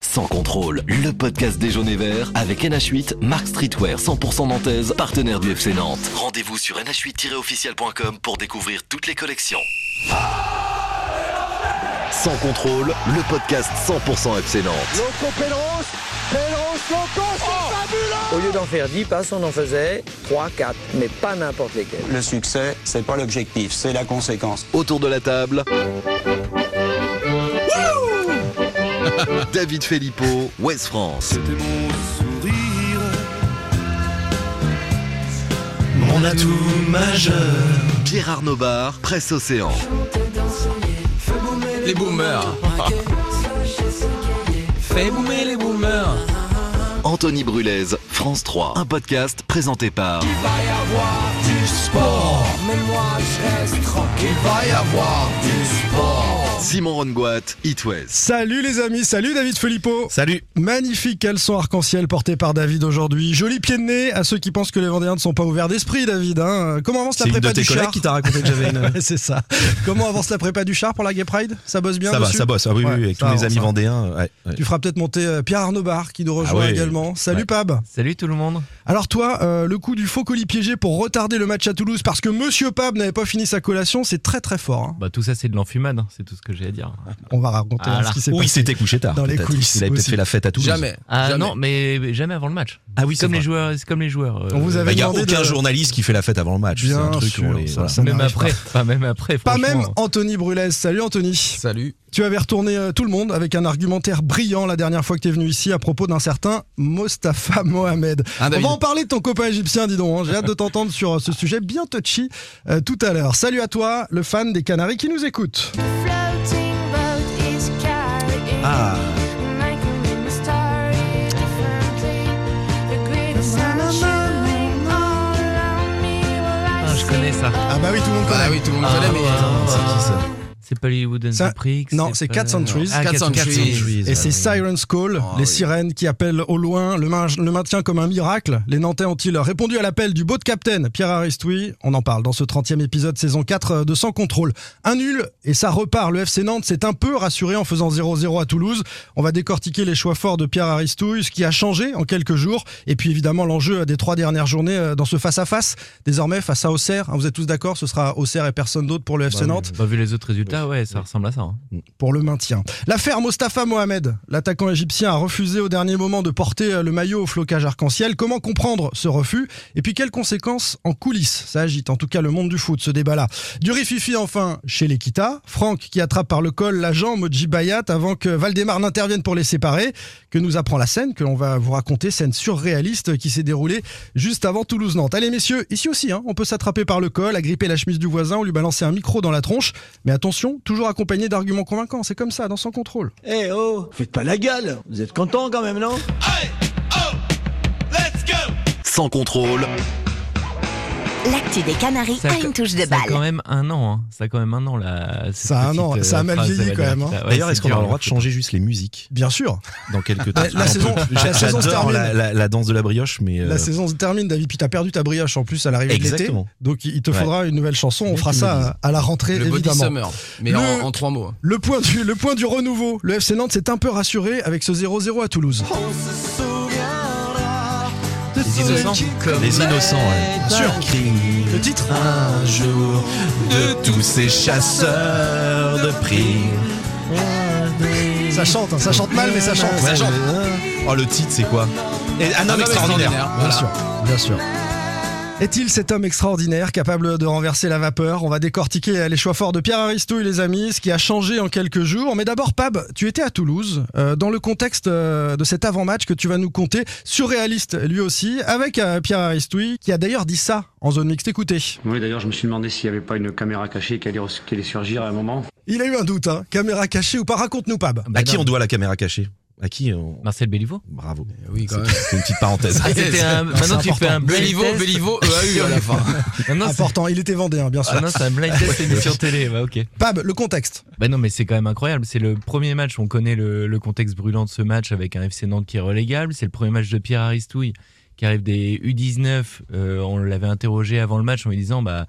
sans contrôle, le podcast Déjeuner vert avec NH8, marque streetwear 100% nantaise, partenaire du FC Nantes. Rendez-vous sur nh8-officiel.com pour découvrir toutes les collections. Sans contrôle, le podcast 100% FC Nantes. Loco Pélos, Pélos, Loco, c'est fabuleux Au lieu d'en faire 10 passes, on en faisait 3, 4, mais pas n'importe lesquels. Le succès, c'est pas l'objectif, c'est la conséquence. Autour de la table. David Filippo, West France. Mon atout majeur. Gérard Nobard, Presse Océan. Les boomers. Fais boomer les boomers. Anthony Brulez, France 3. Un podcast présenté par Simon Rongoat, It West. Salut les amis, salut David Filippo. Salut. Magnifique caleçon arc-en-ciel porté par David aujourd'hui. Joli pied de nez à ceux qui pensent que les Vendéens ne sont pas ouverts d'esprit, David. hein. Comment avance la C'est une prépa de tes du collègues char qui t'a raconté que j'avais une. Ouais, C'est ça. Comment avance la prépa du char pour la Gay Pride Ça bosse bien ça va, dessus ça bosse. Ah oui, oui, Ouais, oui, avec ça tous les avance, amis hein. vendéens. ouais, ouais. Ah Tu feras peut-être monter euh, Pierre Arnaud Barre qui nous rejoint ouais. également. Salut Ouais. Pab. Salut tout le monde. Alors toi, euh, le coup du faux colis piégé pour retarder le match à Toulouse parce que Monsieur Pab n'avait pas fini sa collation, c'est très très fort. hein. Bah tout ça c'est de l'enfumade, hein, c'est tout ce que j'ai à dire. On va raconter hein, Voilà. ce qui s'est Ou il passé. s'était couché tard. Dans les peut-être. coulisses Il avait peut-être aussi. fait la fête à Toulouse. Jamais. Ah Jamais. non, mais jamais avant le match. Ah oui, c'est Comme les vrai. joueurs, c'est comme les joueurs. euh, On vous Bah, avait Il n'y a demandé aucun de- journaliste qui fait la fête avant le Ah, match. C'est Bien un truc sûr, où on les- ça, voilà. ça même n'arrive après, pas même après. Pas franchement. même Anthony Brulez. Salut Anthony. Salut. Tu avais retourné euh, tout le monde avec un argumentaire brillant la dernière fois que tu es venu ici à propos d'un certain Mostafa Mohamed. Ah, On David. va en parler de ton copain égyptien, dis donc. hein. J'ai hâte de t'entendre sur euh, ce sujet bien touchy euh, tout à l'heure. Salut à toi, le fan des Canaries qui nous écoute. Ah, Ah, je connais ça. ah. Ah bah oui, tout le monde Ah oui, tout le monde connaît, mais. C'est pas les Wooden Ça- Prix. non, c'est Cat pas- Centuries. Ah, Cat 400 Centuries. Trees. Et c'est Siren's Call, Ah les oui. sirènes qui appellent au loin le, main- le maintien comme un miracle. Les Nantais ont-ils répondu à l'appel du beau de capitaine Pierre Aristoui On en parle dans ce 30e épisode saison 4 de Sans Contrôle. Un nul et ça repart. Le FC Nantes s'est un peu rassuré en faisant 0-0 à Toulouse. On va décortiquer les choix forts de Pierre Aristoui, ce qui a changé en quelques jours. Et puis évidemment l'enjeu des trois dernières journées euh, dans ce face-à-face. Désormais face à Auxerre, hein, vous êtes tous d'accord, ce sera Auxerre et personne d'autre pour le FC Nantes Bah, vu les autres résultats, ouais, ça ressemble à ça. hein. pour le maintien. L'affaire Mostafa Mohamed, l'attaquant égyptien a refusé au dernier moment de porter euh, le maillot au flocage arc-en-ciel. Comment comprendre ce refus Et puis quelles conséquences en coulisses Ça agite en tout cas le monde du foot, ce débat-là. Du rififi enfin chez l'Equita. Franck qui attrape par le col l'agent Moji Bayat avant que Valdemar n'intervienne pour les séparer. Que nous apprend la scène que l'on va vous raconter, scène surréaliste euh, qui s'est déroulée juste avant Toulouse-Nantes. Allez messieurs, ici aussi, hein, on peut s'attraper par le col, agripper la chemise du voisin ou lui balancer un micro dans la tronche. Mais attention, toujours accompagné d'arguments convaincants, c'est comme ça, dans son contrôle. Eh oh, faites pas la gueule, vous êtes contents quand même, non Sans contrôle, L'actu des Canaries Ça a co- une touche de ça a quand balle. même un an. hein. Ça a quand même un an là. cette Ça a un petite, an, ça a euh, mal phrase de vieilli, la quand même, hein. Gazeta. Ouais, D'ailleurs, c'est est-ce qu'on dur, a le hein, droit de je changer juste les musiques Bien sûr. dans quelques temps la saison- la saison se J'adore termine. la, la- la danse de la brioche, mais. euh, La saison se termine, David, puis t'as perdu ta brioche en plus à l'arrivée de l'été. Exactement. Donc il te Ouais. faudra une nouvelle chanson, on Bien fera qu'ils me le ça à, à la rentrée, Le body évidemment. summer, mais Le- en, en trois mots. Le point, du, le point du renouveau. Le FC Nantes s'est un peu rassuré avec ce 0-0 à Toulouse. Les innocents. Les innocents, ouais. Sûr. Le titre Un jour de tous ces chasseurs de prix. Ça chante, hein, ça chante mal, mais ça chante. Ouais, mais- Oh, le titre, c'est quoi Et- Un homme extraordinaire. Bien sûr, bien sûr. Est-il cet homme extraordinaire capable de renverser la vapeur On va décortiquer euh, les choix forts de Pierre Aristouille, les amis, ce qui a changé en quelques jours. Mais d'abord, Pab, tu étais à Toulouse, euh, dans le contexte euh, de cet avant-match que tu vas nous conter, surréaliste lui aussi, avec euh, Pierre Aristouille, qui a d'ailleurs dit ça en zone mixte. Écoutez. Oui, d'ailleurs, je me suis demandé s'il n'y avait pas une caméra cachée qui allait, qui allait surgir à un moment. Il a eu un doute, hein. caméra cachée ou pas, raconte-nous Pab. Bah À qui non. on doit la caméra cachée À qui on- Marcel Béliveau. Bravo. Eh Oui, quand C'est même. c'est une petite parenthèse. Ah, C'était c'est- un- Maintenant tu fais un blind Béliveau, test. Béliveau, EAU à la fin. Maintenant, c'est- Important, il était vendéen, bien sûr. Ah non, c'est un blind test émission télé, bah ok. Pab, le contexte. Bah non, mais c'est quand même incroyable. C'est le premier match. On connaît le, le contexte brûlant de ce match avec un FC Nantes qui est relégable. C'est le premier match de Pierre Aristouille qui arrive des U19. Euh, on l'avait interrogé avant le match en lui disant bah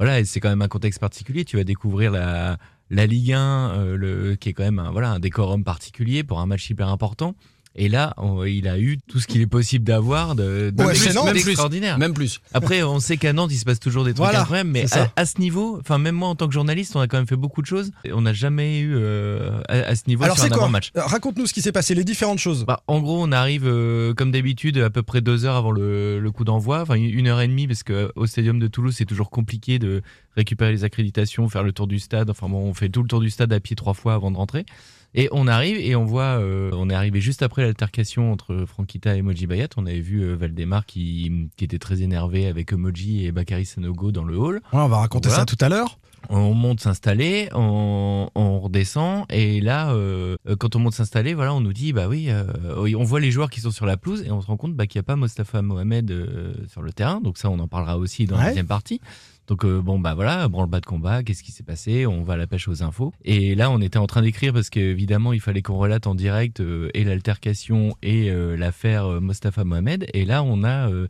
voilà, et c'est quand même un contexte particulier. Tu vas découvrir la, la Ligue 1, euh, le, qui est quand même un, voilà, un décorum particulier pour un match hyper important. Et là, on- il a eu tout ce qu'il est possible d'avoir de, de- Ouais, de- mais non, même plus. d'extraordinaire. Même plus. Après, on sait qu'à Nantes, il se passe toujours des trucs Voilà, incroyables, mais c'est ça. à, à ce niveau, enfin même moi en tant que journaliste, on a quand même fait beaucoup de choses. Et on n'a jamais eu euh, à, à ce niveau Alors sur c'est un quoi avant-match. Euh, Raconte-nous ce qui s'est passé, les différentes choses. Bah, en gros, on arrive euh, comme d'habitude à peu près deux heures avant le, le coup d'envoi, enfin une une heure et demie, parce que euh, au stadium de Toulouse, c'est toujours compliqué de récupérer les accréditations, faire le tour du stade. Enfin bon, on fait tout le tour du stade à pied trois fois avant de rentrer. Et on arrive et on voit, euh, on est arrivé juste après l'altercation entre Franquita et Moji Bayat. On avait vu euh, Valdemar qui, qui était très énervé avec Moji et Bakary Sanogo dans le hall. Ouais, on va raconter ça Voilà. tout à l'heure. On monte s'installer, on, on redescend et là, euh, euh, quand on monte s'installer, voilà, on nous dit bah oui, euh, oui, on voit les joueurs qui sont sur la pelouse et on se rend compte bah, qu'il n'y a pas Mostafa Mohamed euh, sur le terrain. Donc ça, on en parlera aussi dans Ouais. la deuxième partie. Donc euh, bon bah voilà, branle-bas de combat, qu'est-ce qui s'est passé On va à la pêche aux infos. Et là, on était en train d'écrire parce qu'évidemment, il fallait qu'on relate en direct euh, et l'altercation et euh, l'affaire euh, Mostafa Mohamed. Et là, on a euh,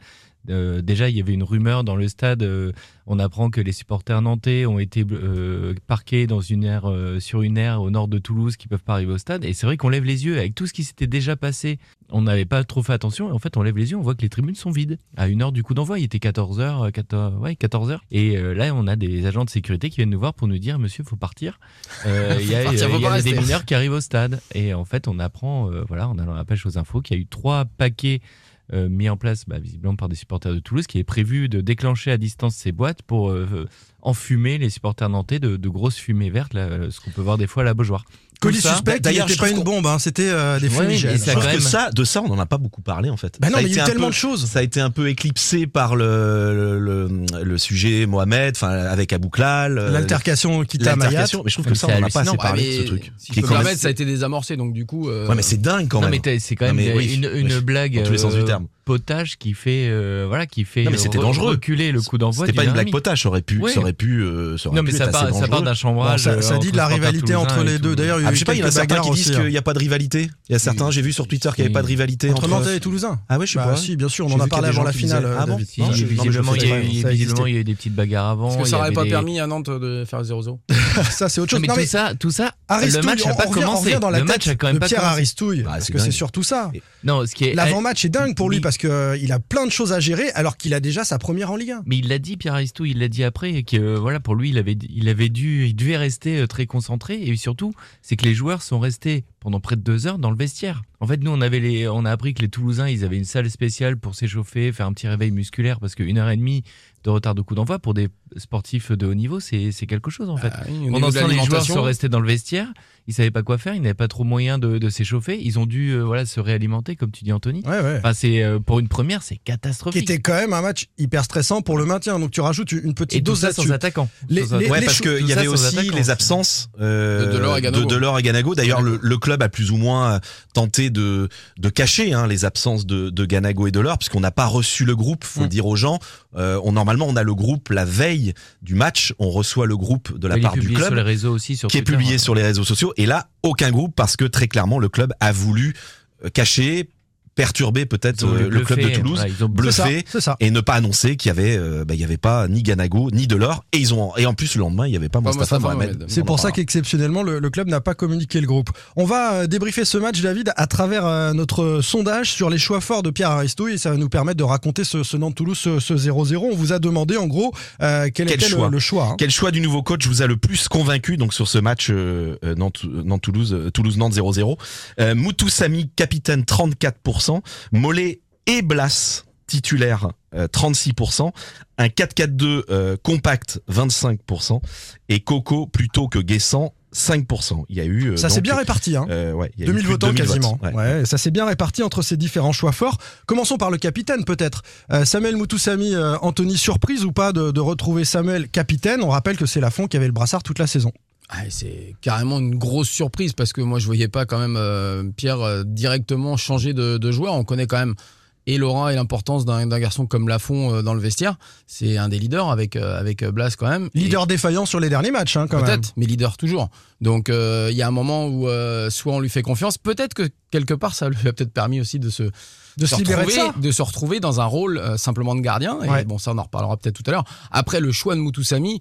euh, déjà, il y avait une rumeur dans le stade. euh, on apprend que les supporters nantais ont été euh, parqués dans une aire, euh, sur une aire au nord de Toulouse qui peuvent pas arriver au stade. Et c'est vrai qu'on lève les yeux avec tout ce qui s'était déjà passé. On n'avait pas trop fait attention. Et en fait, on lève les yeux, on voit que les tribunes sont vides. À une heure du coup d'envoi, il était 14h, 14, ouais, 14 heures. Et euh, là, on a des agents de sécurité qui viennent nous voir pour nous dire, monsieur, faut partir. Euh, Il y a, Partir, faut il y a pas des rester. mineurs qui arrivent au stade. Et en fait, on apprend, euh, voilà, en allant à la pêche aux infos, qu'il y a eu trois paquets euh, mis en place bah, visiblement par des supporters de Toulouse, qui est prévu de déclencher à distance ces boîtes pour euh, enfumer les supporters nantais de, de grosses fumées vertes, là, euh, ce qu'on peut voir des fois à la Beaujoire. Colis Tout ça- suspect, d'ailleurs, je c'était pas trouve une bombe, hein, c'était euh, des Ouais, fumigènes. et ça- Je pense quand que même. ça, de ça, on n'en a pas beaucoup parlé en fait. Bah non, Ça a mais il y été a eu un tellement peu- de choses. Ça a été un peu éclipsé par le, le, le- le sujet Mohamed, enfin avec Abouklal. euh, L'altercation qui t'a Mayat. l'altercation, Mais je trouve que ça, on n'en a pas assez parlé de ce truc. Si Qui je est peux me quand même- permettre, ça a été désamorcé, donc du coup. euh, Ouais, mais c'est dingue quand non, même. mais t'as- c'est quand Non, même mais des- oui, une, une oui, blague Dans tous les sens du euh, terme. potage qui fait euh, voilà qui fait Non, mais c'était re- dangereux. reculer le coup d'envoi C'était du pas une blague Dynamite. potache, ça aurait pu, Oui. ça aurait pu, euh, ça aurait non mais pu ça être assez part ça part dangereux. d'un Bon, chambrage ça, ça euh, dit de entre la supporters rivalité entre toulousains et les deux. tout. D'ailleurs, il y a Ah, eu je sais pas, il y en a quelques certains bagarres qui disent aussi, hein. qu'il n'y a pas de rivalité. Il y a certains, j'ai vu sur Twitter qu'il n'y avait pas de rivalité Entre entre. Nantais et Toulousain. Ah ouais, je sais Bah pas. si, bien sûr, on J'ai en vu a qu'il y parlé des avant gens la qui finale. disaient, euh, Ah bon David. Si, Non, je- non, mais je visiblement, il y faisais a pas, eu- ça visiblement, existait. il y a eu des petites bagarres avant. Parce que il y ça aurait avait pas des- permis à Nantes de faire 0-0. Ça, c'est autre Non, chose. mais Non, tout mais ça, tout ça, Aristouille, le match on- n'a pas on revient- on commencé. revient dans la le match tête a quand même de pas Pierre commencé. Aristouille. Bah, parce c'est que c'est dingue. surtout ça. Non, ce qui est L'avant-match est dingue pour lui Oui. parce qu'il a plein de choses à gérer alors qu'il a déjà sa première en Ligue 1. Mais il l'a dit, Pierre Aristou, il l'a dit après, et que euh, voilà, pour lui, il avait, il avait dû, il devait rester euh, très concentré, et surtout, c'est que les joueurs sont restés pendant près de deux heures dans le vestiaire. En fait, nous, on avait les, on a appris que les Toulousains, ils avaient une salle spéciale pour s'échauffer, faire un petit réveil musculaire, parce qu'une heure et demie de retard de coup d'envoi pour des sportifs de haut niveau, c'est, c'est quelque chose en fait. Pendant ce temps, les joueurs sont restés dans le vestiaire, ils savaient pas quoi faire, ils n'avaient pas trop moyen de, de s'échauffer, ils ont dû, euh, voilà, se réalimenter, comme tu dis, Anthony. Ouais, ouais. Enfin, c'est euh, pour une première, c'est Qui catastrophique. était quand même un match hyper stressant pour le maintien. Donc tu rajoutes une petite et tout dose ça sans là-dessus. attaquant. Les- Sans les- Ouais, les parce chou- qu'il y tout ça avait sans aussi attaquant, les ça. absences euh, De Delors et Ganago. de Delors et Ganago. D'ailleurs, le, le club a plus ou moins euh, tenté de, de cacher hein, les absences de, de Ganago et Delors, puisqu'on n'a pas reçu le groupe, faut Mm. le dire aux gens. Euh, on, normalement, on a le groupe la veille du match, on reçoit le groupe de la Il est part du publié sur les club, réseaux aussi, sur qui est Twitter. publié sur les réseaux sociaux. Et là, aucun groupe, parce que très clairement, le club a voulu euh, cacher, perturber peut-être Ils ont euh, le, bluffé, club de ouais, Toulouse, ils ont C'est ça, bluffé C'est ça. et ne pas annoncer qu'il y avait euh, bah, il y avait pas ni Ganago ni Delors et ils ont et en plus le lendemain il y avait pas Pas Mostafa Mostafa Mohamed. Mohamed. C'est On en pour ça parlera. qu'exceptionnellement, le, le club n'a pas communiqué le groupe. On va euh, débriefer ce match, David, à travers euh, notre sondage sur les choix forts de Pierre Aristouille. Et ça va nous permettre de raconter ce, ce Nantes-Toulouse, ce ce 0-0. On vous a demandé, en gros, euh, quel, Quel était le- choix le, choix. hein. quel choix du nouveau coach vous a le plus convaincu donc sur ce match euh, euh, Nantes- euh, Nantes-Toulouse euh, Toulouse-Nantes 0-0 euh, Moutou Samy capitaine 34% Mollet et Blas titulaire euh, 36% un 4-4-2 euh, compact 25% et Coco plutôt que Guessant 5% il y a eu euh, Ça s'est donc, bien réparti. Hein. euh, ouais, il y a eu 2000 plus de votants 2000 votes. quasiment. Ouais. Ouais, ça s'est bien réparti entre ces différents choix forts. Commençons par le capitaine peut-être. Euh, Samuel Moutoussamy, euh, Anthony, surprise ou pas de, de retrouver Samuel capitaine On rappelle que c'est Lafont qui avait le brassard toute la saison. Ah, et c'est carrément une grosse surprise parce que moi je voyais pas quand même euh, Pierre euh, directement changer de, de joueur. On connaît quand même et Laurent et l'importance d'un d'un garçon comme Lafont euh, dans le vestiaire. C'est un des leaders avec, euh, avec euh, Blas quand même. Et- Leader défaillant sur les derniers matchs hein, quand même. Peut-être, mais leader toujours. Donc euh, il y a un moment où euh, soit on lui fait confiance, peut-être que quelque part ça lui a peut-être permis aussi de se, De se libérer de retrouver, ça. se retrouver dans un rôle euh, simplement de gardien. Et Ouais. bon, ça on en reparlera peut-être tout à l'heure. Après le choix de Moutoussamy,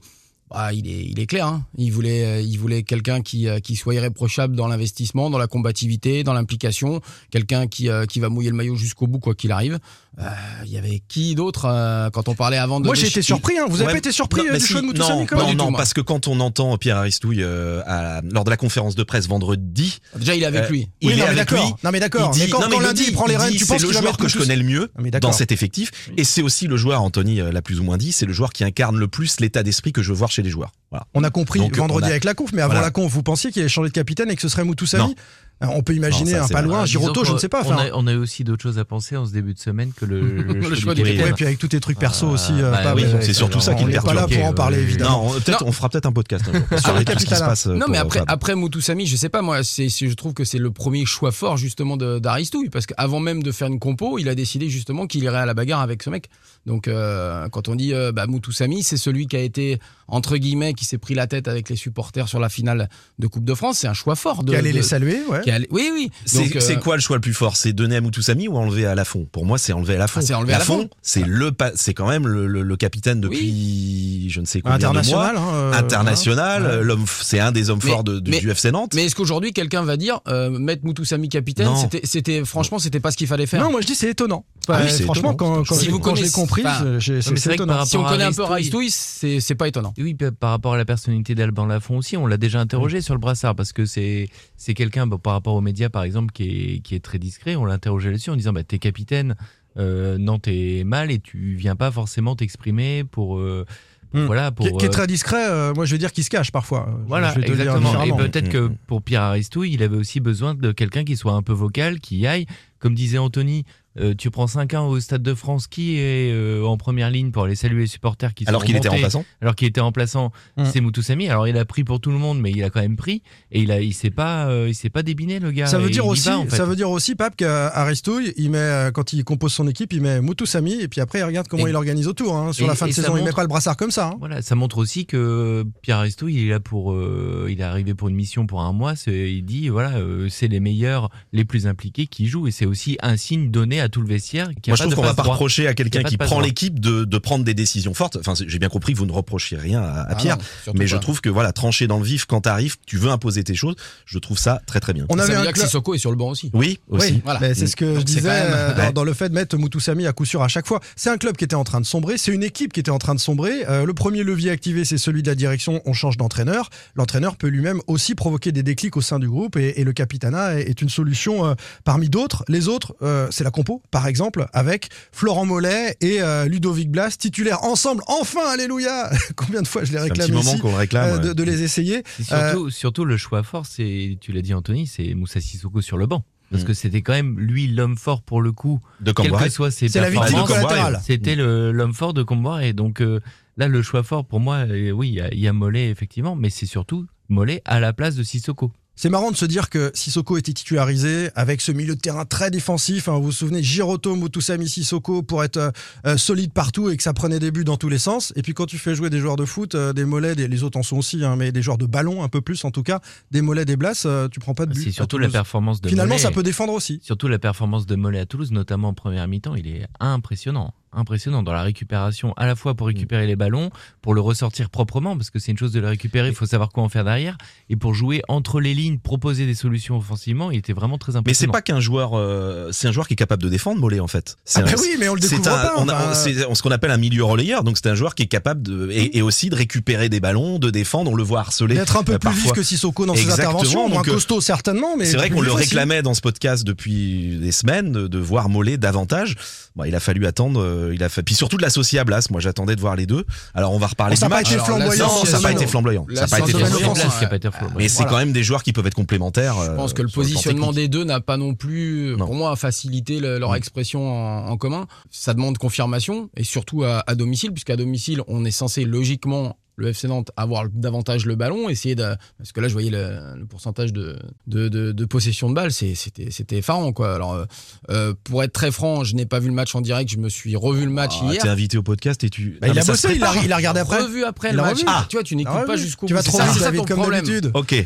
bah, il, est, il est clair. hein. Il voulait, euh, il voulait quelqu'un qui, euh, qui soit irréprochable dans l'investissement, dans la combativité, dans l'implication, quelqu'un qui, euh, qui va mouiller le maillot jusqu'au bout, quoi qu'il arrive. Euh, Il y avait qui d'autre euh, quand on parlait avant de. Moi, j'ai Deschamps- été surpris, hein. Vous avez Ouais, pas été surpris non, euh, mais du si, choix de Non, Moutoussamy pas- quand même non, parce que quand on entend Pierre Aristouille euh, à- lors de la conférence de presse vendredi, Déjà, il est avec Euh, lui. il Oui, est non, mais avec lui. d'accord. Non, mais d'accord. Il Mais dit- quand, non, mais quand il le lundi, dit, il prend il les dit, rênes, tu c'est penses le qu'il va joueur mettre que je tous- connais le mieux Ah, mais dans d'accord. cet effectif et c'est aussi le joueur Anthony euh, l'a plus ou moins dit, c'est le joueur qui incarne le plus l'état d'esprit que je veux voir chez les joueurs. Voilà. On a compris Donc, vendredi on a- avec la conf, mais avant Voilà. la conf, vous pensiez qu'il allait changer de capitaine et que ce serait Moutoussamy Alors, On peut imaginer Non, ça, un c'est pas vrai. loin, Ah, disons Giroto, je qu'on- ne sais pas. On enfin, a, on a eu aussi d'autres choses à penser en ce début de semaine que le, le, Le choix du du capitaine. Ouais, puis avec tous tes trucs perso Euh, aussi. euh, bah pas- oui, ouais, c'est surtout ça qui On me n'est pas perturbe. là pour en parler, Ok, euh, évidemment. Non, on- peut-être, on fera peut-être un podcast un jour sur le tout ce qui se capitana. passe. euh, Non, mais pour- après, pour- après Moutoussamy, je sais pas, moi, c'est, c'est- je trouve que c'est le premier choix fort, justement, de, d'Aristouille. Parce qu'avant même de faire une compo, il a décidé, justement, qu'il irait à la bagarre avec ce mec. Donc, euh, quand on dit euh, bah, Moutoussamy, c'est celui qui a été, entre guillemets, qui s'est pris la tête avec les supporters sur la finale de Coupe de France. C'est un choix fort. De, Qui allait de- les saluer, ouais. qui allait- Oui, oui. C'est Donc, euh, c'est quoi le choix le plus fort C'est donner à Moutoussamy ou enlever à Lafont Pour moi, c'est enlever à Lafont. Ah, c'est enlever à Lafont. c'est le pa- c'est quand même le, le- le capitaine depuis je ne sais combien International. de mois. hein, euh, International, voilà. euh, l'homme, f- c'est un des hommes Mais- forts de, de- mais- du FC Nantes. Mais est-ce qu'aujourd'hui, quelqu'un va dire, euh, mettre Moutoussamy capitaine, Non. c'était, c'était, franchement, c'était pas ce qu'il fallait faire Non, moi je dis c'est étonnant. Ah oui, Euh, c'est franchement, étonnant. quand, quand, Si j'ai- vous quand je l'ai connaissez- compris, enfin, euh, j'ai- mais c'est c'est vrai que étonnant. par Si on rapport à connaît un peu Aristouille- Aristouille, c'est, c'est pas étonnant. Oui, pa- par rapport à la personnalité d'Alban Lafont aussi, on l'a déjà interrogé sur le brassard parce que c'est c'est quelqu'un bon, par rapport aux médias par exemple qui est, qui est très discret. On l'a interrogé là-dessus en disant bah t'es capitaine, euh, non t'es mal et tu viens pas forcément t'exprimer pour euh, Hmm. voilà pour Qui, qui est euh, très discret, euh, moi je vais dire qu'il se cache parfois. Je- Voilà, je vais te le dire exactement. Eh ben, Et différemment. peut-être que Mm. pour Pierre Aristouille, il avait aussi besoin de quelqu'un qui soit un peu vocal, qui aille. Comme disait Anthony, euh, tu prends 5 ans au Stade de France, qui est euh, en première ligne pour aller saluer les supporters qui alors sont qu'il était remontés, remplaçant. Alors qu'il était remplaçant, Mm. c'est Moutoussamy. Alors il a pris pour tout le monde, mais il a quand même pris. Et il a, il s'est pas, euh, il s'est pas débiné, le gars. Ça veut Et dire il y aussi, va, en fait. ça veut dire aussi, Pape, qu'Aristouille, il met euh, quand il compose son équipe, il met Moutoussamy et puis après il regarde comment Et- il organise autour. hein. Sur et- la fin et de ça saison, il met montre- pas le brassard comme ça. hein. Voilà, ça montre aussi que Pierre Aristouille, il est là pour, euh, il est arrivé pour une mission pour un mois. c'est- Il dit voilà, euh, c'est les meilleurs, les plus impliqués qui jouent, et c'est aussi un signe donné à tout le vestiaire. qu'il y a Moi, je pas trouve de qu'on va pas passe-droit. reprocher à Il y quelqu'un a pas qui de passe prend droit. l'équipe de, de prendre des décisions fortes. Enfin, c'est- j'ai bien compris que vous ne reprochez rien à, à Ah Pierre, non, surtout mais je pas. trouve que voilà, trancher dans le vif quand t'arrives, tu veux imposer tes choses. Je trouve ça très très bien. On Ça avait veut un dire que cla- Sissoko est sur le banc aussi. Oui, aussi. Oui, Voilà. mais c'est Mm. ce que je Donc, c'est disais quand même- euh, dans, Ouais. dans le fait de mettre Moutoussamy à coup sûr à chaque fois. C'est un club qui était en train de sombrer, c'est une équipe qui était en train de sombrer. Euh, le premier levier activé, c'est celui de la direction, on change d'entraîneur. L'entraîneur peut lui-même aussi provoquer des déclics au sein du groupe et, et le capitana est, est une solution euh, parmi d'autres. Les autres, euh, c'est la compo, par exemple, avec Florent Mollet et euh, Ludovic Blas, titulaires ensemble, enfin, alléluia Combien de fois je les C'est un réclame petit moment ici, qu'on le réclame. euh, de, ouais. de les essayer. Et Surtout, Euh. surtout, le choix fort, c'est, tu l'as dit Anthony, c'est Moussa Sissoko sur le banc. Parce Mm. que c'était quand même lui l'homme fort pour le coup, De quelles Camboire. que soient ses C'est la victime performances. collatérale. C'était le- l'homme fort de Comboire et donc euh, là le choix fort pour moi, euh, oui, il y a- il y, a Mollet effectivement, mais c'est surtout Mollet à la place de Sissoko. C'est marrant de se dire que Sissoko était titularisé avec ce milieu de terrain très défensif. hein. vous vous souvenez, Giroto, Moutoussami, Sissoko pour être euh, euh, solide partout et que ça prenait des buts dans tous les sens. Et puis quand tu fais jouer des joueurs de foot, euh, des mollets, des- les autres en sont aussi, hein, mais des joueurs de ballon un peu plus en tout cas, des mollets, des blasses, euh, tu prends Ah, pas de but. C'est surtout à la Toulouse. performance de Finalement, Mollet. ça peut défendre aussi. Surtout la performance de Mollet à Toulouse, notamment en première mi-temps, il est impressionnant. Impressionnant dans la récupération, à la fois pour récupérer Mm. les ballons, pour le ressortir proprement, parce que c'est une chose de le récupérer, il faut savoir quoi en faire derrière, et pour jouer entre les lignes, proposer des solutions offensivement, il était vraiment très Mais c'est impressionnant. pas qu'un joueur, euh, c'est un joueur qui est capable de défendre Mollet en fait. C'est Ah bah un- oui, mais on le c'est découvre un- pas. on a- enfin, euh. on- c'est ce qu'on appelle un milieu relayeur, donc c'est un joueur qui est capable de, et, et aussi de récupérer des ballons, de défendre. On le voit harceler. D'être un peu euh, plus vif parfois. que Sissoko dans ses Exactement, interventions, moins donc, euh, costaud certainement, mais C'est vrai plus qu'on le vif aussi. réclamait dans ce podcast depuis des semaines de, de voir Mollet davantage. Bon, il a fallu attendre. euh, Il a fa- puis surtout de l'associé à Blas. Moi, j'attendais de voir les deux. Alors, on va reparler Ça du n'a pas match. été Alors, Ah, flamboyant. non, ça n'a pas l'association- été flamboyant. Ça n'a pas été l'association- flamboyant. l'association- Blas qui a pas été Mais flamboyant. c'est quand même des joueurs qui peuvent être complémentaires. euh, Je pense que le positionnement des deux n'a pas non plus, euh, pour moi, facilité le- leur expression en, en commun. Ça demande confirmation, et surtout à, à domicile, puisqu'à domicile, on est censé logiquement, le FC Nantes, avoir davantage le ballon, essayer de. Parce que là, je voyais le, le pourcentage de, de, de- de possession de balle, c'est- c'était c'était effarant, quoi. Alors, euh, euh, pour être très franc, je n'ai pas vu le match en direct, je me suis revu le match Tu hier. Ah, T'es invité au podcast et tu. Bah, Non, il mais a ça se bossé, il a, prépare. il a regardé après. Revu après Il le a match. revu. tu vois, tu n'écoutes Ah oui, pas oui. jusqu'au Tu vas bout. C'est trop ça, Oh, vite, c'est ça ton David, comme problème. d'habitude. Ok. Et,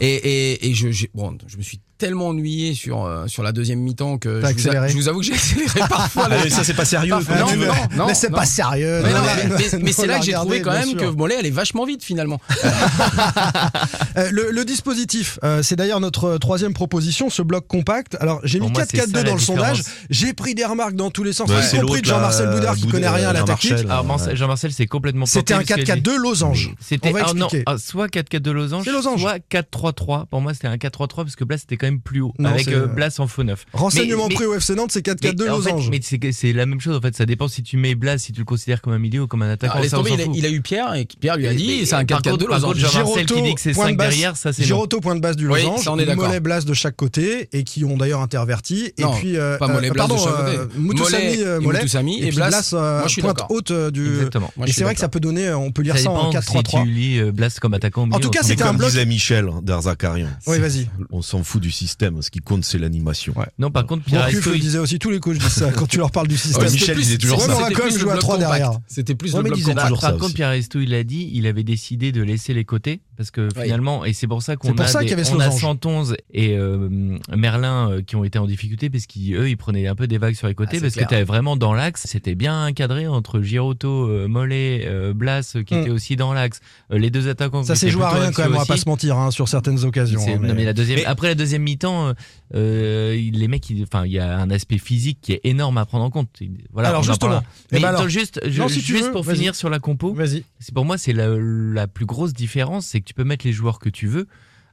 et, et je, j'ai- bon, je me suis tellement ennuyé sur, euh, sur la deuxième mi-temps que T'as je vous, a- accéléré. je vous avoue que j'ai accéléré parfois. Ah, mais ça, c'est pas sérieux, Parfois. quand Non, tu veux. non, non, mais c'est non. pas sérieux. Mais, non, non, mais- mais- mais- mais faut c'est là la que j'ai trouvé regarder, quand bien même sûr. que Mollet allait vachement vite finalement. Euh, le, le dispositif, euh, c'est d'ailleurs notre euh, troisième proposition, ce bloc compact. Alors j'ai Pour mis moi, c'est 4-4-2 ça, la dans le sondage. différence. J'ai pris des remarques dans tous les sens, Bah, y c'est compris l'autre, de Jean-Marcel là, Boudard qui Boudard- connaît rien à la Jean-Marcel, Ah, tactique. là. Alors, Marcel- Jean-Marcel, c'est complètement Bah, C'était un planté, parce que- 4-4-2 losange. C'était On va ah, non, expliquer. ah, soit 4-4-2 losange, C'est losange. soit 4-3-3. Pour moi, c'était un 4-3-3 parce que Blas était quand même plus haut Non, avec c'est- euh, Blas en faux neuf. Renseignement Mais- pris au FC Nantes, c'est 4-4-2 mais, en fait, losange. mais c'est que- c'est la même chose en fait. Ça dépend si tu mets Blas, si tu le considères comme un milieu ou comme un attaquant. Alors, Ah, laisse ça, on tomber, il, s'en a, fout. il a eu euh, Pierre et Pierre lui a Et- dit et- c'est un par 4-4-2 contre- par losange. contre, Jean-Marcel qui dit que c'est point de 5 basse. derrière, ça c'est non. Giroto, point de base du Oui, losange, ça, on est d'accord. Mollet Blas de chaque côté et qui ont d'ailleurs interverti. Non, et puis, euh, pas Mollet euh, Blas de pardon, chaque euh, côté. Mutusami, Mollet euh, et Mollet, Mutusami, et, et puis Blas, Blas, euh, moi, je suis pointe d'accord. haute euh, du. Exactement. Moi, et je c'est suis vrai que ça peut donner, euh, on peut lire Ça ça, en dépend si 4-3-3. tu lis euh, Blas comme attaquant. au milieu, tout cas, on s'en Mais c'était fout. un comme bloc- disait Michel hein, Darzakarian, Oui, vas-y. on s'en fout du système, ce qui compte c'est l'animation. Ouais. Non, par contre, Pierre Mon cul, Aresto, je il- disais aussi tous les coachs disent ça quand tu leur parles du système. Ouais, Michel C'était disait toujours plus- ça. c'était Ouais, mais on a plus quand même le joué à bloc trois compact. derrière. C'était plus Ouais, le mais bloc disait Bah, compact. toujours ça par aussi. contre, Pierre Aresto, il a dit, il avait décidé de laisser les côtés parce que Oui. finalement, et c'est pour ça qu'on C'est pour a, ça des- qu'il y avait ce on a losange. 111 et euh, Merlin euh, qui ont été en difficulté parce qu'eux, ils prenaient un peu des vagues sur les côtés Ah, c'est parce clair. que tu avais vraiment dans l'axe, c'était bien cadré entre Giroto, euh, Mollet, euh, Blas euh, qui Mm. étaient aussi dans l'axe, euh, les deux attaquants. Ça qui s'est étaient joué à plutôt rien axiaux quand même, on va aussi. pas se mentir hein, sur certaines occasions. C'est- hein, non, mais la deuxième, Mais- Après la deuxième mi-temps, euh, euh, il- les mecs, ils- enfin, il y a un aspect physique qui est énorme à prendre en compte. Il- Voilà, Alors, on en justement. parlera. Eh Mais ben alors. attends, juste, je- Non, si tu juste veux, pour vas-y. finir sur la compo, Vas-y. c'est pour moi, c'est la, la plus grosse différence, c'est que tu peux mettre les joueurs que tu veux.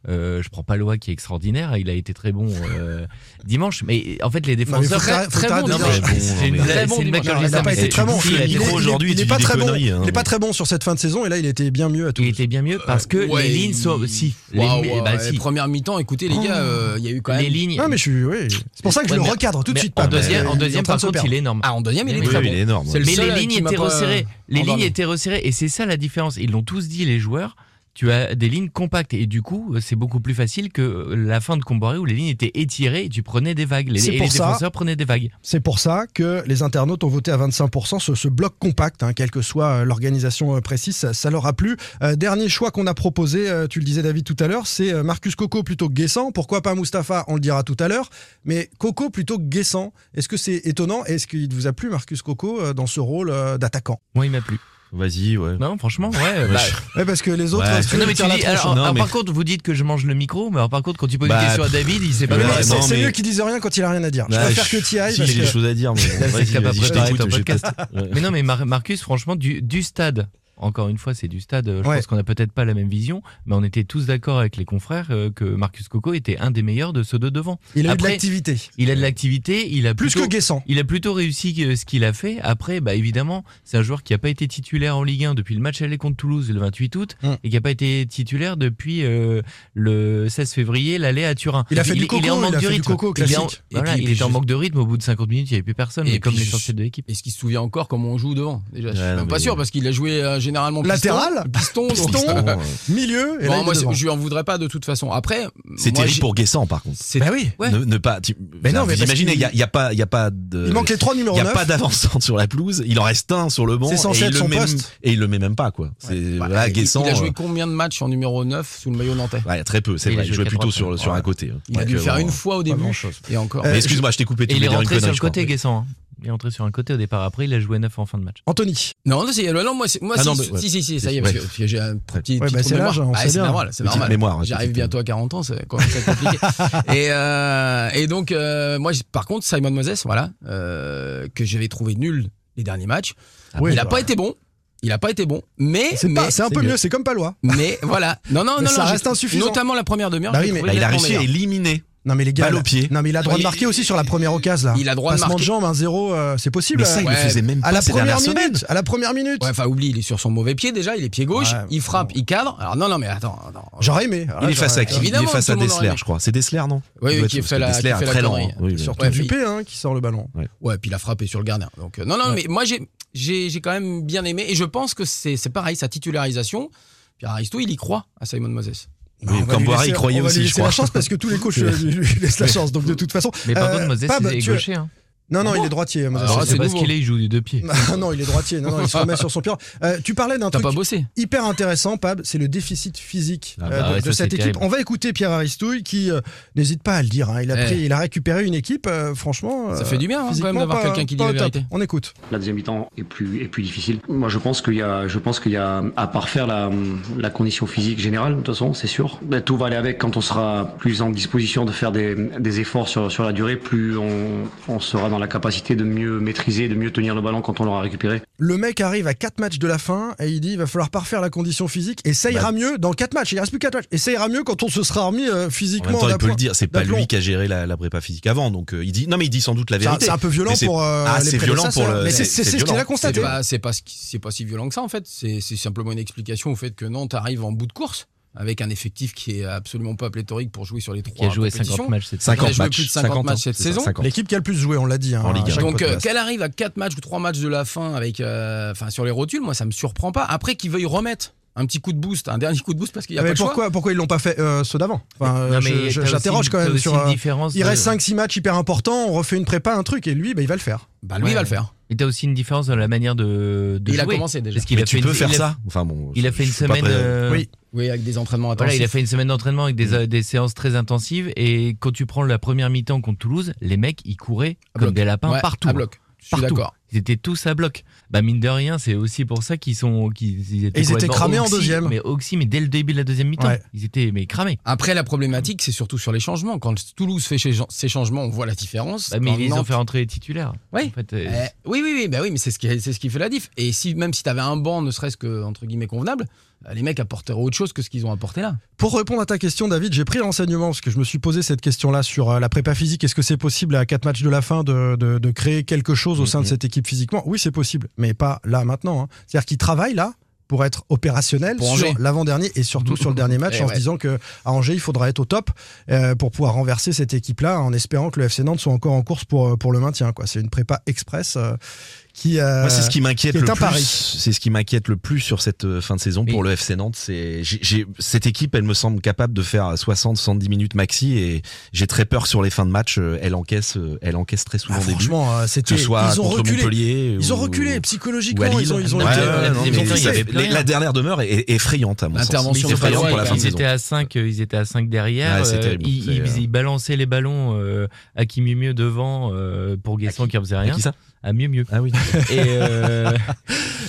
Euh, je prends Palois qui est extraordinaire, il a été très bon euh, dimanche, mais en fait les Non, mais faut défenseurs. t'arrêter- faut très t'arrêter bon de Non, dire- mais mais- c'est une mais- blague, bon c'est une blague dimanche. sur les Il n'a hommes, pas mais été très bon. il a Il été est- bon. aujourd'hui, il tu est dis pas des très bon. conneries, hein, Il est pas mais- très bon sur cette fin de saison et là il était bien mieux à tout. Il était bien mieux parce que Ouais, les lignes sont. il- Si, Waouh, les, bah, ouais, si. Première mi-temps, écoutez les gars, euh, il y a eu quand même. les lignes. Non mais je suis oui. C'est pour ça que je Ouais, le mais- recadre tout de mais suite. en pas, deuxième, mais en il est deuxième train par de se contre, il perdre. est énorme. Ah, en deuxième, il est Oui, très oui, bon. il est énorme. C'est le mais seul les qui lignes m'a étaient pas- resserrées. Les emmerdé. lignes étaient resserrées et c'est ça la différence. Ils l'ont tous dit les joueurs. Tu as des lignes compactes et du coup c'est beaucoup plus facile que euh, la fin de Comboiré où les lignes étaient étirées et tu prenais des vagues. Les, C'est et pour les ça- défenseurs prenaient des vagues. C'est pour ça que les internautes ont voté à 25% ce, ce bloc compact, hein, quelle que soit euh, l'organisation euh, précise, ça, ça leur a plu. Euh, dernier choix qu'on a proposé, euh, tu le disais David tout à l'heure, c'est euh, Marcus Coco plutôt que Guessant. Pourquoi pas Mustapha On le dira tout à l'heure. Mais Coco plutôt que Guessant, est-ce que c'est étonnant Est-ce qu'il vous a plu Marcus Coco euh, dans ce rôle euh, d'attaquant Moi il m'a plu. Vas-y, ouais. Non franchement ouais. bah, Ouais, Parce que les autres... Ouais. restent non, mais tu sur la dis- tronche. alors, Non, alors, mais- par contre vous dites que je mange le micro mais alors, par contre quand tu poses Bah, une question à pff, David il sait pas. mais quoi ouais, Mais dire. c'est non, c'est mais- mieux qu'il dise rien quand il a rien à dire. Je Bah, préfère je- que tu y ailles. Si, parce j'ai des que- choses à dire, mais bon, Là, c'est vas-y, capable vas-y, je de t'écoute, préparer j'ai ton pas- Ouais. Mais non, mais Mar- Marcus, franchement, du, du stade, encore une fois, c'est du stade. euh, Je Ouais. pense qu'on n'a peut-être pas la même vision, mais on était tous d'accord avec les confrères euh, que Marcus Coco était un des meilleurs de ceux de devant. Il a eu de Après, l'activité. Il a de l'activité, il a Plus plutôt- que Guessant. Il a plutôt réussi que ce qu'il a fait. Après, bah, évidemment, c'est un joueur qui n'a pas été titulaire en Ligue 1 depuis le match aller contre Toulouse le 28 août Mm. et qui n'a pas été titulaire depuis euh, le 16 février, l'aller à Turin. Il a fait du est coco, en il a manque fait de du rythme. coco Il est en- classique. Et voilà, puis- il et puis était en je- manque de rythme. Au bout de 50 minutes, il n'y avait plus personne, Et mais comme puis je- l'essentiel de l'équipe. Est-ce qu'il se souvient encore comment on joue devant Déjà, je suis Ouais, non, même pas mais- sûr parce qu'il a joué euh, généralement piston, Latéral piston, donc- Piston. Bon, euh, Milieu. Et Bon, là, il est moi, devant. je lui en voudrais pas de toute façon. Après, C'est moi, terrible j'ai- pour Guessant, par contre. C'est Bah oui. Ouais. Ne, ne pas. Tu, Mais non, vous mais parce imaginez, qu'il- il y a, il y a pas, il y a pas de. Euh, Il manque les trois Il numéros n'y a 9. pas d'avancante sur la pelouse, il en reste un sur le banc. C'est censé et il être le son met- poste. Bah, Et il le met même pas, quoi. C'est, voilà, il- Guessant. il a joué euh, combien de matchs en numéro 9 sous le maillot nantais ouais, très peu, c'est Il a vrai. Il joué jouait quatre plutôt fois, sur, ouais. sur un côté. Il a Donc, dû euh, faire bon. une fois au début et encore. Euh, Mais excuse-moi, je t'ai coupé. tu Et il est voulais dire une rentré sur connerie, le je crois. côté, Guessant. hein. Il est rentré sur un côté au départ. Après, il a joué 9 en fin de match. Anthony. Non, non, c'est- non, moi, c'est- moi Ah si, non, mais- si, si, si, ça y est, Ouais. parce que, parce que j'ai un petit, petit Ouais, bah, trou c'est de mémoire. l'âge, on Bah, sait c'est bien. normal, c'est Petite normal. mémoire, ouais, J'arrive petite- bientôt à 40 ans, c'est quand même très compliqué. et, euh, et donc, euh, moi, j- par contre, Simon Moses, voilà, euh, que j'avais trouvé nul les derniers matchs, Ah Oui, Ah, il a bah. pas été bon. Il a pas été bon, mais C'est mais- pas- c'est un peu mieux, c'est comme Palois. Mais voilà. Non, non, Mais non, ça non, j'ai- reste insuffisant. Notamment la première demi-heure. Bah j'ai oui, mais- trouvé Bah, il a nettement réussi à meilleur. éliminer. Non, mais les gars. Balle au là- pied. Non, mais il a droit de Il- marquer aussi sur la première occasion là. il a droit de Passement marquer. de jambe, 1-0, euh, c'est possible. Mais ça, il euh, le Ouais. faisait même à pas la ces première dernières semaines. minute. À la première minute. Ouais, enfin, oublie, il est sur son mauvais pied déjà, il est pied gauche, Ouais, il frappe, il cadre. Alors non, non, mais attends, attends. J'aurais aimé. Ah, Il est face à j'aurais- qui Il est Évidemment, face tout à le monde aurait Dessler, aimé. je crois. C'est Dessler, non Oui, Il doit qui être- parce fait que la- Dessler qui est fait la très lent. connerie. hein. Oui, oui. Surtout Ouais, Dupé hein, qui sort le ballon. Ouais, puis il a frappé sur le gardien. Donc euh, non, non, mais moi j'ai, j'ai, j'ai quand même bien aimé et je pense que c'est, c'est pareil sa titularisation. Pierre Aristou, il y croit à Simon Moses. Oui, On va lui Camboire, il laisser- croyait on va lui aussi, je laisser crois. la chance parce que tous les coachs euh, lui lui laissent la chance. Donc de toute façon. Mais par Euh, contre, Moses, Pab, il est tu veux- gaucher. hein. Non, non, Ah bon il est droitier. Moses Alors là, Simon. c'est parce hein. qu'il est, il joue du deux pieds. Ah non, il est droitier. Non, non, il se remet sur son pied. Euh, tu parlais d'un T'as truc pas bossé hyper intéressant, Pab. C'est le déficit physique Ah euh, bah de, ouais, de ça, cette c'est équipe. terrible. On va écouter Pierre Aristouille qui euh, n'hésite pas à le dire. hein. Il a Eh. pris, il a récupéré une équipe. euh, franchement, Ça euh, fait du bien hein, quand physiquement, même d'avoir pas- quelqu'un qui dit pas la au top. vérité. On écoute. La deuxième mi-temps est plus, est plus difficile. Moi, je pense qu'il y a, je pense qu'il y a, à parfaire la, la condition physique générale, de toute façon, c'est sûr. Bah, Tout va aller avec quand on sera plus en disposition de faire des, des efforts sur, sur la durée, plus on, on sera dans la capacité de mieux maîtriser, de mieux tenir le ballon quand on l'aura récupéré. Le mec arrive à 4 matchs de la fin et il dit il va falloir parfaire la condition physique et ça ira mieux dans 4 matchs. Il reste plus 4 matchs et ça ira mieux quand on se sera remis euh, En physiquement. même temps, il peut d'aplomb. le dire, c'est pas d'aplomb. lui qui a géré la, la prépa physique avant, donc euh, il dit. Non, mais il dit sans doute la C'est un- vérité. C'est un peu violent Mais c'est- pour euh, Ah, les c'est violent pour le- prédécesseurs. Mais c'est- c'est- c'est c'est ce qu'il a violent. C'est constaté. pas, c'est pas, ce qui- c'est pas si violent que ça en fait. C'est c'est simplement une explication au fait que Nantes arrive en bout de course avec un effectif qui est absolument pas pléthorique pour jouer sur les trois Qui a joué compétitions. 50 matchs cette a joué 50 matchs. plus de 50 matchs ans, cette c'est ça, saison. 50. L'équipe qui a le plus joué, on l'a dit. hein, En Ligue 1. à chaque Donc euh, podcast. qu'elle arrive à 4 matchs ou 3 matchs de la fin avec, euh, enfin sur les rotules, moi ça me surprend pas. Après qu'ils veuillent remettre un petit coup de boost, un dernier coup de boost parce qu'il y a Ah, Mais pas de choix. pourquoi, pourquoi ils l'ont pas fait euh, ceux d'avant Enfin, euh, Non, je- mais je- t'as J'interroge aussi- quand t'as même aussi sur. une euh, différence Il de- reste 5-6 matchs hyper importants, on refait une prépa, un truc, et lui, bah, il va le faire. Bah lui Ouais. il va le faire. Et t'as aussi une différence dans la manière de, de Il a jouer. commencé déjà. Parce qu'il Mais a tu fait peux une, faire il a- ça. Enfin bon. Il a je- fait je une suis pas semaine. prêt. euh, Oui. Oui, avec des entraînements Voilà, intensifs. il a fait une semaine d'entraînement avec des, euh, des séances très intensives et quand tu prends la première mi-temps contre Toulouse, les mecs ils couraient À comme bloc. des lapins Ouais, partout. À bloc. Je suis Partout. d'accord. Ils étaient tous à bloc. Bah mine de rien, c'est aussi pour ça qu'ils sont qu'ils ils étaient, Et ils étaient complètement cramés en oxy, deuxième. Mais oxy, mais dès le début de la deuxième mi-temps, Ouais. ils étaient mais cramés. Après, la problématique, c'est surtout sur les changements. Quand Toulouse fait chez- ces changements, on voit la différence. Bah, mais Quand ils les ont Nantes- fait rentrer les titulaires. Oui. En fait, euh, Eh, oui, oui, oui, bah oui, mais c'est ce qui, c'est ce qui fait la diff. Et si même si t'avais un banc, ne serait-ce que entre guillemets convenable, euh, les mecs apporteraient autre chose que ce qu'ils ont apporté là. Pour répondre à ta question, David, j'ai pris l'enseignement parce que je me suis posé cette question-là sur euh, la prépa physique. Est-ce que c'est possible à 4 matchs de la fin de, de- de créer quelque chose au sein de Mhm. cette équipe physiquement Oui, c'est possible, mais pas là maintenant. hein. C'est-à-dire qu'ils travaillent là pour être opérationnels Pour sur Angers. l'avant-dernier et surtout sur le dernier match Eh en ouais. se disant que à Angers il faudra être au top euh, pour pouvoir renverser cette équipe-là en espérant que le FC Nantes soit encore en course pour, euh, pour le maintien. quoi. C'est une prépa express euh, qui. euh, Moi, c'est ce qui m'inquiète qui est le un plus. pari. C'est ce qui m'inquiète le plus sur cette euh, fin de saison pour le FC Nantes. C'est j'ai- j'ai- cette équipe, elle me semble capable de faire 60, 70 minutes maxi, et j'ai très peur sur les fins de match. euh, Elle encaisse, euh, elle encaisse très souvent Ah, des buts. franchement, euh, Que c'était. ce soit ils ont contre reculé. Montpellier, Ils ont ou- reculé ou à psychologiquement. Lille. Ils ont, ils ont Ouais, été, ouais, euh, non, ils mais ont deuxième été- il y avait- plus rien. la dernière demeure est, est effrayante à mon sens. L'intervention Mais C'est ils, Surprenant effrayante étaient- pour la fin de ils saison. étaient à 5, ils étaient à 5 derrière. Ouais, c'est euh, terrible. ils, C'est, ils- euh, ils balançaient les ballons euh, à qui mieux mieux devant euh, pour Guessant qui en faisait À rien. qui ça À mieux mieux. Ah oui. Et, euh,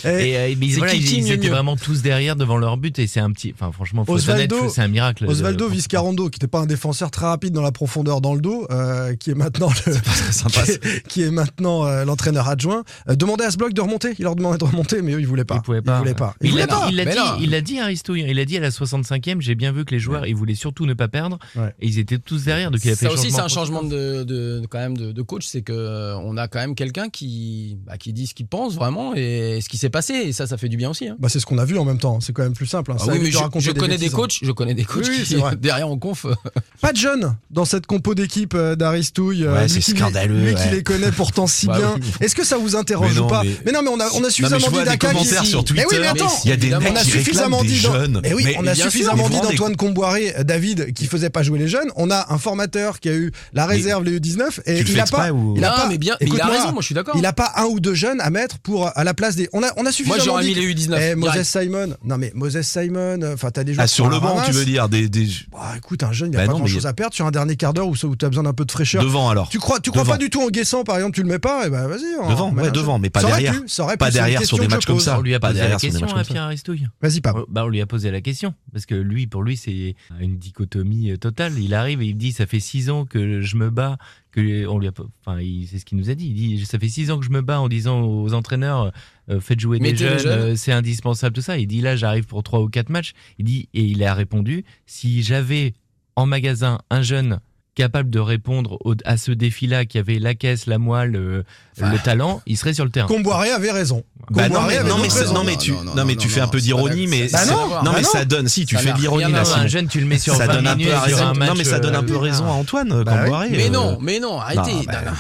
et, euh, mais ils, c'est voilà, qui ils- qui ils mieux étaient mieux vraiment tous derrière devant leur but et c'est un petit. Enfin, franchement, faut être honnête, Osvaldo- faut- c'est un miracle. de- Osvaldo pour- Viscarondo, qui n'était pas un défenseur très rapide dans la profondeur dans le dos, euh, qui est maintenant le- qui, est, qui est maintenant euh, l'entraîneur adjoint, euh, demandait à ce bloc de remonter. Il leur demandait de remonter, mais eux, ils voulaient pas. Il pouvait pas. voulaient pas. Ils Il voulaient l'a dit, pas. il l'a mais dit, non. il l'a dit, Aristo, il a dit à la 65e, j'ai bien vu que les joueurs, ils voulaient surtout ne pas perdre, Ouais. et ils étaient tous derrière, donc il a fait Ça aussi, c'est changement. un changement de, de- de- quand même de, de coach, c'est que euh, on a quand même quelqu'un qui bah, qui dit ce qu'il pense vraiment et ce qui s'est passé. Et ça, ça fait du bien aussi. hein. Bah, c'est ce qu'on a vu en même temps. C'est quand même plus simple. hein. Ah oui, Ça mais évite de je, raconter je connais des bêtises, hein. coachs, je connais des coachs Oui, oui, c'est qui vrai. derrière en conf. euh, Pas de jeunes dans cette compo d'équipe euh, d'Aristouille. euh, Ouais, lui c'est qui- scandaleux, Lui qui ouais. les connaît pourtant si Bah bien. oui. Est-ce que ça vous interroge Mais ou non, pas mais- mais... non, mais on a, on a Non, mais je suffisamment vois dit des d'Aka qui- commentaires sur Twitter. Mais oui, mais attends, si, il y a des évidemment. mecs on a qui réclament suffisamment des dit dans- jeunes. Mais oui, on a bien sûr, suffisamment mais dit vous d'Antoine Comboiré, euh, David, qui faisait pas jouer les jeunes. On a un formateur qui a eu la réserve, les U19, et Tu le il fais a exprès pas, ou- il a non, pas, mais bien, mais il a écoute-moi, raison, moi je suis d'accord. il a pas un ou deux jeunes à mettre pour à la place des. On a, on a Moi suffisamment j'aurais mis dit. les U19. Eh, Moses direct. Simon, non mais Moses Simon, euh, enfin t'as des joueurs Ah, qui sur sont le à banc, ramasse. tu veux dire des, des- Bah, écoute, un jeune, il n'y a Bah pas non, grand mais chose à perdre sur un dernier quart d'heure où, ça- où t'as besoin d'un peu de fraîcheur. devant alors. Tu crois, tu crois Devant. pas du tout en Guessant, par exemple, tu le mets pas, et ben vas-y. on Devant, met ouais, un jeune. devant, mais pas Ça aurait derrière. pu, ça aurait pu, Pas c'est une derrière sur question des que je matchs comme pose. ça. On lui a Pas posé la derrière sur des question matchs à comme ça. Pierre Aristouille. Vas-y, Ah. pas. Bah, on lui a posé la question parce que lui, pour lui, c'est une dichotomie euh, totale. Il arrive et il dit ça fait six ans que je me bats. Que on lui a, pas- enfin, il- c'est ce qu'il nous a dit. Il dit ça fait six ans que je me bats en disant aux entraîneurs euh, faites jouer des Mettez les jeunes, jeunes. euh, c'est indispensable tout ça. Il dit là j'arrive pour trois ou quatre matchs. Il dit et il a répondu si j'avais en magasin un jeune capable de répondre au- à ce défi-là qui avait la caisse, la moire, le, le talent, il serait sur le terrain. Comboiré avait raison. Bah non, Comboiré mais, avait non, mais, donc c'est- raison. non, mais tu, Non, non, non, non, mais non, tu fais non, un peu c'est d'ironie, pas mais d'accord. c'est- Bah non, non, bah mais non. ça donne, si tu Ça fais de n'a l'ironie rien à là, Non, voir. c'est- un jeune, tu le mets sur ça 20 donne un peu minutes à sur raison. un match. ah. non, mais ça donne un peu euh, raison à Antoine, Bah Comboiré. Mais euh, non, mais non, arrêtez. bah, Non, non.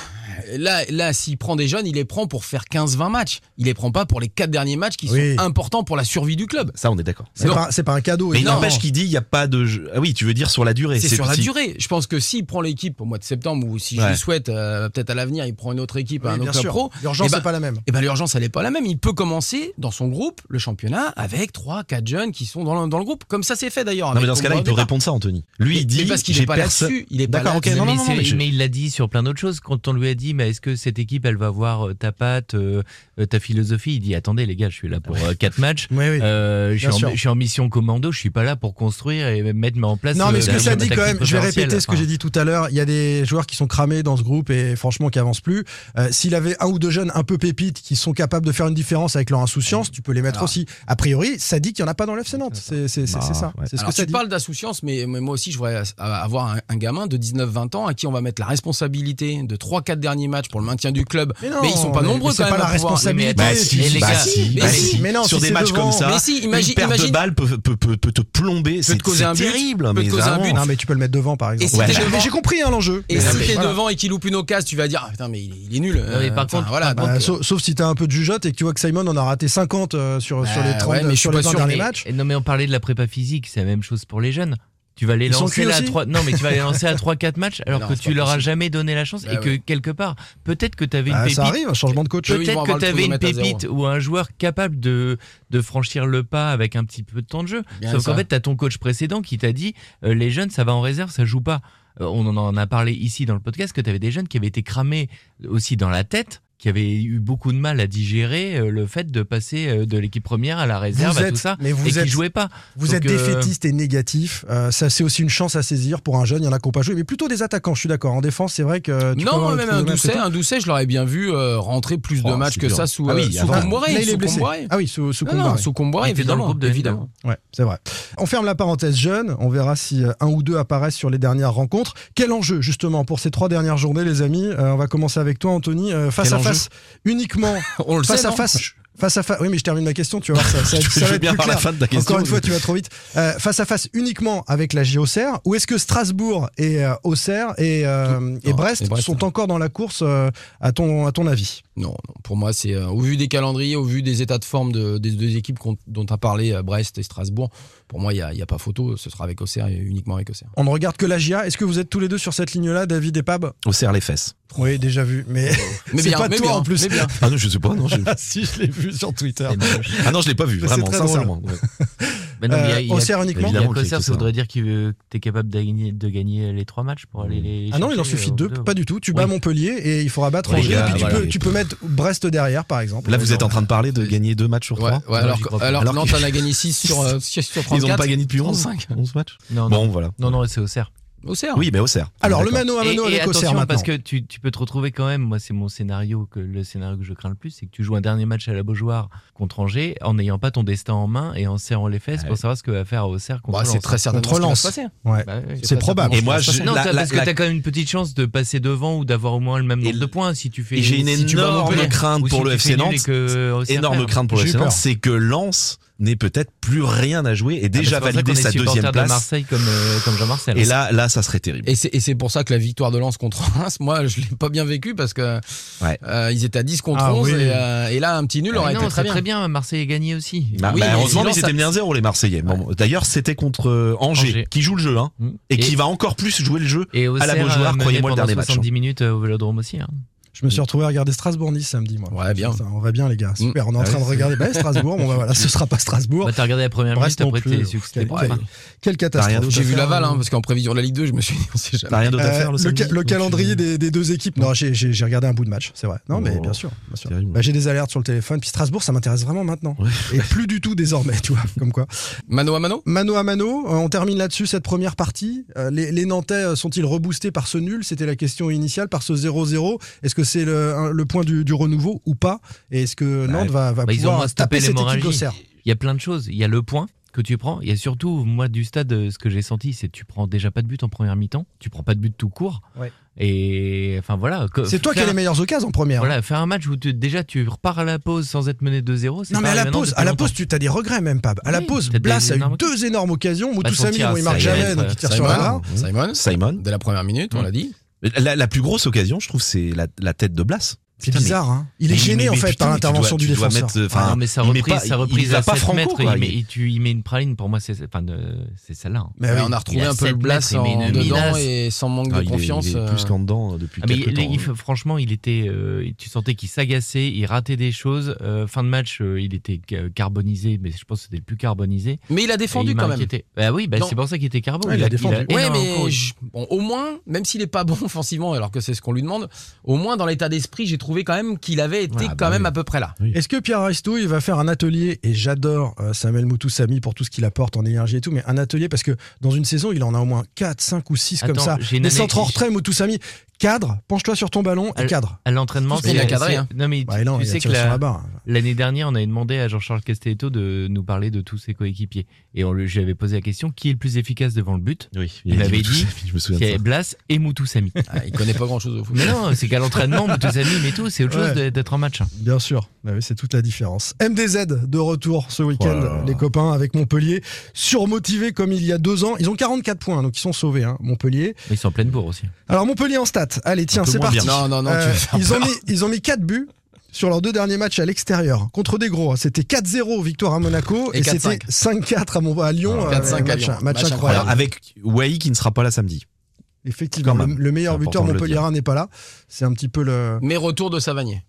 là, là s'il prend des jeunes, il les prend pour faire 15-20 matchs. Il les prend pas pour les quatre derniers matchs qui Oui. sont importants pour la survie du club. Ça, on est d'accord. C'est Non. pas, c'est pas un cadeau. Mais il évidemment. n'empêche qu'il dit, il n'y a pas de. jeu- Ah oui, tu veux dire sur la durée. C'est sur la si- durée. Je pense que s'il prend l'équipe au mois de septembre ou si je Ouais. lui souhaite, euh, peut-être à l'avenir, il prend une autre équipe à Oui, un bien autre sûr. club pro. L'urgence eh ben- n'est pas la même. Et ben l'urgence elle est pas la même. Il peut commencer dans son groupe le championnat avec trois, quatre jeunes qui sont dans le, dans le groupe, comme ça c'est fait d'ailleurs. Non, avec mais dans ce Comboire cas-là, il au peut départ. répondre ça, Anthony. Lui, Mais- il dit, mais parce qu'il j'ai est pas personne. là-dessus. Il est pas D'accord, là-dessus. ok, non, mais, non, non, c'est- mais je- mais il l'a dit sur plein d'autres choses. Quand on lui a dit, mais est-ce que cette équipe, elle va voir euh, ta patte, euh, euh, ta philosophie Il dit, attendez les gars, je suis là pour euh, quatre matchs. Oui, oui. Euh, je, suis Bien en, sûr. je suis en mission commando, je suis pas là pour construire et mettre en place. Non, mais ce euh, que ça la dit quand tactique même, je vais préférentielle. répéter ce que Enfin, j'ai dit tout à l'heure. Il y a des joueurs qui sont cramés dans ce groupe et franchement qui avancent plus. Euh, S'il avait un ou deux jeunes un peu pépites qui sont capables de faire une différence avec leur insouciance, tu peux les mettre aussi. A priori, ça dit qu'il n'y en a pas dans l'FC Nantes. C'est c'est- c'est- c'est ça. ouais. C'est ce Bah, Alors, que ça tu dit. parles d'insouciance, mais, mais moi aussi, je voudrais as- avoir un, un gamin de 19-20 ans à qui on va mettre la responsabilité de 3-4 derniers matchs pour le maintien du club. Mais Mais, non, ils sont pas mais- nombreux quand mais c'est même. pas à la pouvoir- responsabilité. Bah Mais si, les bah gars, si, mais bah si. si. Mais non, sur si des c'est matchs devant. comme ça, Mais si, imagine- une perte de imagine- balle peut, peut- peut- peut te plomber, c'est te causer c'est un but, terrible. peut te mais causer un vraiment. hein. but. Non, mais tu peux le mettre devant, par exemple. si Ouais. t'es devant- Mais j'ai compris hein, l'enjeu. Et Mais- si mais t'es voilà. devant et qu'il loupe une occasion, tu vas dire ah, putain mais il, il est nul. mais par Enfin, contre- voilà. Bah, donc, euh, sauf, sauf si t'as un peu de jugeote et que tu vois que Simon en a raté 50 euh, sur, sur les Bah, 30 ouais, mais je sur suis les pas 20 sûr, derniers mais- matchs. Non, mais on parlait de la prépa physique, c'est la même chose pour les jeunes. Tu vas les Ils sont lancer cuits là à aussi trois- non mais tu vas les lancer à 3 4 matchs alors Non, que c'est tu pas leur as possible. jamais donné la chance Bah et que ouais. quelque part peut-être que tu avais une Bah, pépite ça arrive, un changement de coach. Eux, ils vont Peut-être avoir que le coup tu de avais une remettre à zéro. pépite ou un joueur capable de, de franchir le pas avec un petit peu de temps de jeu. Bien Sauf qu'en ça. fait, tu as ton coach précédent qui t'a dit euh, les jeunes, ça va en réserve, ça joue pas. Euh, on en- en a parlé ici dans le podcast que tu avais des jeunes qui avaient été cramés aussi dans la tête, qui avaient eu beaucoup de mal à digérer euh, le fait de passer euh, de l'équipe première à la réserve, Vous bah, à êtes- tout ça, mais vous et êtes- qui jouaient pas. Vous Donc, êtes euh, défaitiste et négatif. euh, ça, c'est aussi une chance à saisir pour un jeune. Il y en a qui n'ont pas joué, mais plutôt des attaquants. Je suis d'accord. En défense, c'est vrai que. Tu peux non, moi, avoir le même trou un de balle, Doucet, c'est top. un Doucet, je l'aurais bien vu euh, rentrer plus Oh, de matchs c'est que dur. ça sous, Ah oui, euh, il y a sous vraiment- Comboiré, Là, il est sous blessé. Comboiré. Ah oui, sous, sous Non, Comboiré. non, sous Comboiré, Il était dans le évidemment, groupe de évidemment. Vidal. Ouais, c'est vrai. On ferme la parenthèse jeune. On verra si euh, un ou deux apparaissent sur les dernières rencontres. Quel enjeu, justement, pour ces trois dernières journées, les amis Euh, On va commencer avec toi, Anthony. Euh, face Quel à enjeu face, uniquement. hein. On le face sait, hein. à non face. Face à face. Oui, mais je termine ma question. Tu vois, ça, ça, Je ça va veux être bien plus avoir la clair. fin de ta question. Encore une fois, tu vas trop vite. Euh, face à face uniquement avec la JOCR ou est-ce que Strasbourg et euh, Auxerre et, euh, et Non, Brest et Brest, sont non. encore dans la course euh, à, ton, à ton avis Non, non, pour moi, c'est euh, au vu des calendriers, au vu des états de forme de- des deux équipes qu'on- dont a parlé euh, Brest et Strasbourg, pour moi, il n'y a, il y a pas photo. Ce sera avec Auxerre et uniquement avec Auxerre. On ne regarde que la JA. Est-ce que vous êtes tous les deux sur cette ligne-là, David et Pab On serre les fesses. Oui, déjà vu. Mais, Mais c'est bien, pas mais toi bien, en plus. mais bien. Ah non, je sais pas. Non, j'ai- si, je l'ai vu sur Twitter. ah non, je l'ai pas vu. C'est Vraiment, très drôle. sincèrement. ouais. bah non, mais il y a- Euh, il y a- Auxerre uniquement Il y a Évidemment qu'il y a qu'au Serre, que ça ça. hein. voudrait dire que tu es capable de gagner, de gagner les trois matchs pour aller les. Ah non, il en chercher, suffit euh, deux, ou pas du tout. Tu bats Oui. Montpellier et il faut rabattre Oui, Angers. là, et puis voilà, tu, peux, et tu puis- peux mettre Brest derrière, par exemple. Là, vous êtes en train de parler de gagner deux matchs sur Ouais, trois. ouais, alors, j'y que- crois pas. alors que Alors Nantes que- en a gagné 6 sur, euh, sur sur Ils n'ont 34. pas gagné depuis 11, 35. 11 matchs. Non, non, Bon, voilà. non, non, c'est au Serre. Auxerre. Oui, mais au cerf. Alors, le mano à Et, mano et avec Auxerre attention maintenant. parce que tu, tu peux te retrouver quand même, moi c'est mon scénario, que le scénario que je crains le plus, c'est que tu joues un dernier match à la Beaujoire contre Angers en n'ayant pas ton destin en main et en serrant les fesses pour savoir ce que va faire Auxerre contre Bah, c'est Lens. très certainement Contre ce qui va Lens. se passer. Ouais. Bah, oui. C'est probable. Et moi, je- Non, la- t'as- la- parce que la- t'as quand même une petite chance de passer devant ou d'avoir au moins le même Et nombre de le- points si tu fais. Et j'ai une si tu vas à énorme Montpellier. crainte Ou pour si le tu FC fais nul Nantes. et que Auxerre Énorme perd. crainte pour le J'ai eu FC Nantes, peur. c'est que Lens n'est peut-être plus rien à jouer et Ah, bah, déjà c'est pour ça validé qu'on est sa supporter deuxième de place. Marseille comme, euh, comme Jean-Marcel. Et là, là, ça serait terrible. Et c'est, et c'est pour ça que la victoire de Lens contre Reims, moi, je l'ai pas bien vécu parce que Ouais. euh, ils étaient à 10 contre Ah 11 oui. et, euh, et là, un petit nul Ah, aurait non, été très c'est bien. très bien, Marseille est gagné aussi. Bah, Oui, bah, mais heureusement, Lens ils étaient a- mis 1-0, les Marseillais. Bon, D'ailleurs, c'était contre euh, Angers, Angers. qui joue le jeu, hein, Mm. et qui Et- va encore plus jouer le jeu. Et la Auxerre, Beaujoire, euh, mené croyez-moi, le pendant dernier match, hein. 70 minutes euh, au Vélodrome aussi. hein. Je me suis retrouvé à regarder Strasbourg-Nice samedi, moi. Ouais, Mm. bien. Ça, on va bien, les gars. Super. On est en Ah train oui, de regarder bah, Strasbourg. Bon, bah voilà, ce sera pas Strasbourg. Bah, t'as regardé la première Brest minute, non après plus. t'es su que c'était Quel- pour quel- pas. Quelle rien catastrophe. d'autre J'ai vu Laval, hein, parce qu'en prévision de la Ligue 2, je me suis dit, on sait jamais. T'as rien d'autre à Euh, faire le le, samedi ca- le Donc, calendrier euh, des, des deux équipes. Non, j'ai- j'ai j'ai regardé un bout de match, c'est vrai. Non, mais Oh, bien sûr. bien sûr. terrible. Bah, j'ai des alertes sur le téléphone. Puis Strasbourg, ça m'intéresse vraiment maintenant. Ouais. Et plus du tout désormais, tu vois. Comme quoi. Mano à mano Mano à mano, euh, on termine là-dessus cette première partie. Euh, les, les Nantais euh, sont-ils reboostés par ce nul C'était la question initiale, par ce 0-0. Est-ce que c'est le, un- le point du, du renouveau ou pas Et est-ce que Nantes va, va Bah, ils ont pouvoir moins taper stoppé cette équipe l'hémorragie. d'Auxerre Il y a plein de choses. Il y a le point que tu prends. Il y a surtout, moi, du stade, euh, ce que j'ai senti, c'est que tu prends déjà pas de but en première mi-temps. Tu prends pas de but tout court. Ouais. Et enfin voilà. Euh, que- C'est toi qui as faire- les meilleures occasions en première. Voilà, faire un match où tu- déjà tu repars à la pause sans être mené 2-0. c'est Non mais pas à la évident pause, depuis à la longtemps. pause, tu as des regrets même pas. À la Oui, pause, t'as des Blas a eu énormes- deux énormes occasions. Moutou son Samy, tir, bon, il marque ça y est, jamais, donc il ça tire sur la barre. Simon, Simon dès la première minute, on Mm. l'a dit. La, la plus grosse occasion, je trouve, c'est la, la tête de Blas. C'est bizarre, hein. Il est gêné, en fait, par l'intervention du défenseur. Ah non, mais sa reprise, sa reprise à 7 franco, mètres, quoi. il, met, il, tu- il met une praline, pour moi, c'est enfin, euh, c'est celle-là. hein. Mais oui. Ouais, on a retrouvé Il a un peu le sept Blas mètres, il met en une dedans menace. et sans manque Ah, de il est- confiance. il est, euh, plus qu'en dedans depuis Ah, mais quelques il- temps. il- hein. franchement, il était, euh, tu sentais qu'il s'agaçait, il ratait des choses. Euh, fin de match, euh, il était ca- carbonisé, mais je pense que c'était le plus carbonisé. Mais il a Et défendu il m'a quand même. inquiété. Bah oui, bah, Non. c'est pour ça qu'il était carbo. Ouais, il a défendu. Ouais, énormément mais couru. je- bon, au moins, même s'il n'est pas bon offensivement, alors que c'est ce qu'on lui demande, au moins dans l'état d'esprit, j'ai trouvé quand même qu'il avait été Ah, bah quand même oui. à peu près là. Est-ce que Pierre Aristo, il va faire un atelier Et j'adore euh, Samuel Moutoussamy pour tout ce qu'il apporte en énergie et tout, mais un atelier parce que dans une saison, il en a au moins 4, 5 ou 6 comme Attends, ça. j'ai une Des centres en anecdote. retrait, Moutoussamy. Cadre, penche-toi sur ton ballon et Al- cadre. À l'entraînement, Surtout qu'il a cadré, c'est- hein. Non, mais tu- Bah, non, tu il a sais que tiré sur la- la barre. L'année dernière, on avait demandé à Jean-Charles Castelletto de nous parler de tous ses coéquipiers. Et on lui, je lui avais posé la question qui est le plus efficace devant le but Oui, Il avait dit je me souviens de C'est ça. Blas et Moutoussamy. Ah, il connaît pas grand chose au foot. mais non, c'est qu'à l'entraînement, Moutoussamy, mais tout, c'est autre Ouais. chose de- d'être en match. Bien sûr, Bah oui, c'est toute la différence. MDZ de retour ce week-end, Oh là là. les copains avec Montpellier, surmotivés comme il y a deux ans. Ils ont 44 points, donc ils sont sauvés, hein, Montpellier. Mais Ils sont en pleine bourre aussi. Alors Montpellier en stat, allez tiens, peu c'est moins parti. bien. Non, non, non, tu Euh, vas faire ils, ont peur. mis, ils ont mis 4 buts sur leurs deux derniers matchs à l'extérieur contre des gros. hein. C'était 4-0 victoire à Monaco Et et, c'était 5-4 à, Mon- à Lyon. Ah, euh, 4-5 à match, Lyon. match Match incroyable. Alors, avec Wai qui ne sera pas là samedi. Effectivement, quand le, même. le meilleur C'est buteur important de le dire. montpelliérain n'est pas là. C'est un petit peu le... Mais retour de Savanier.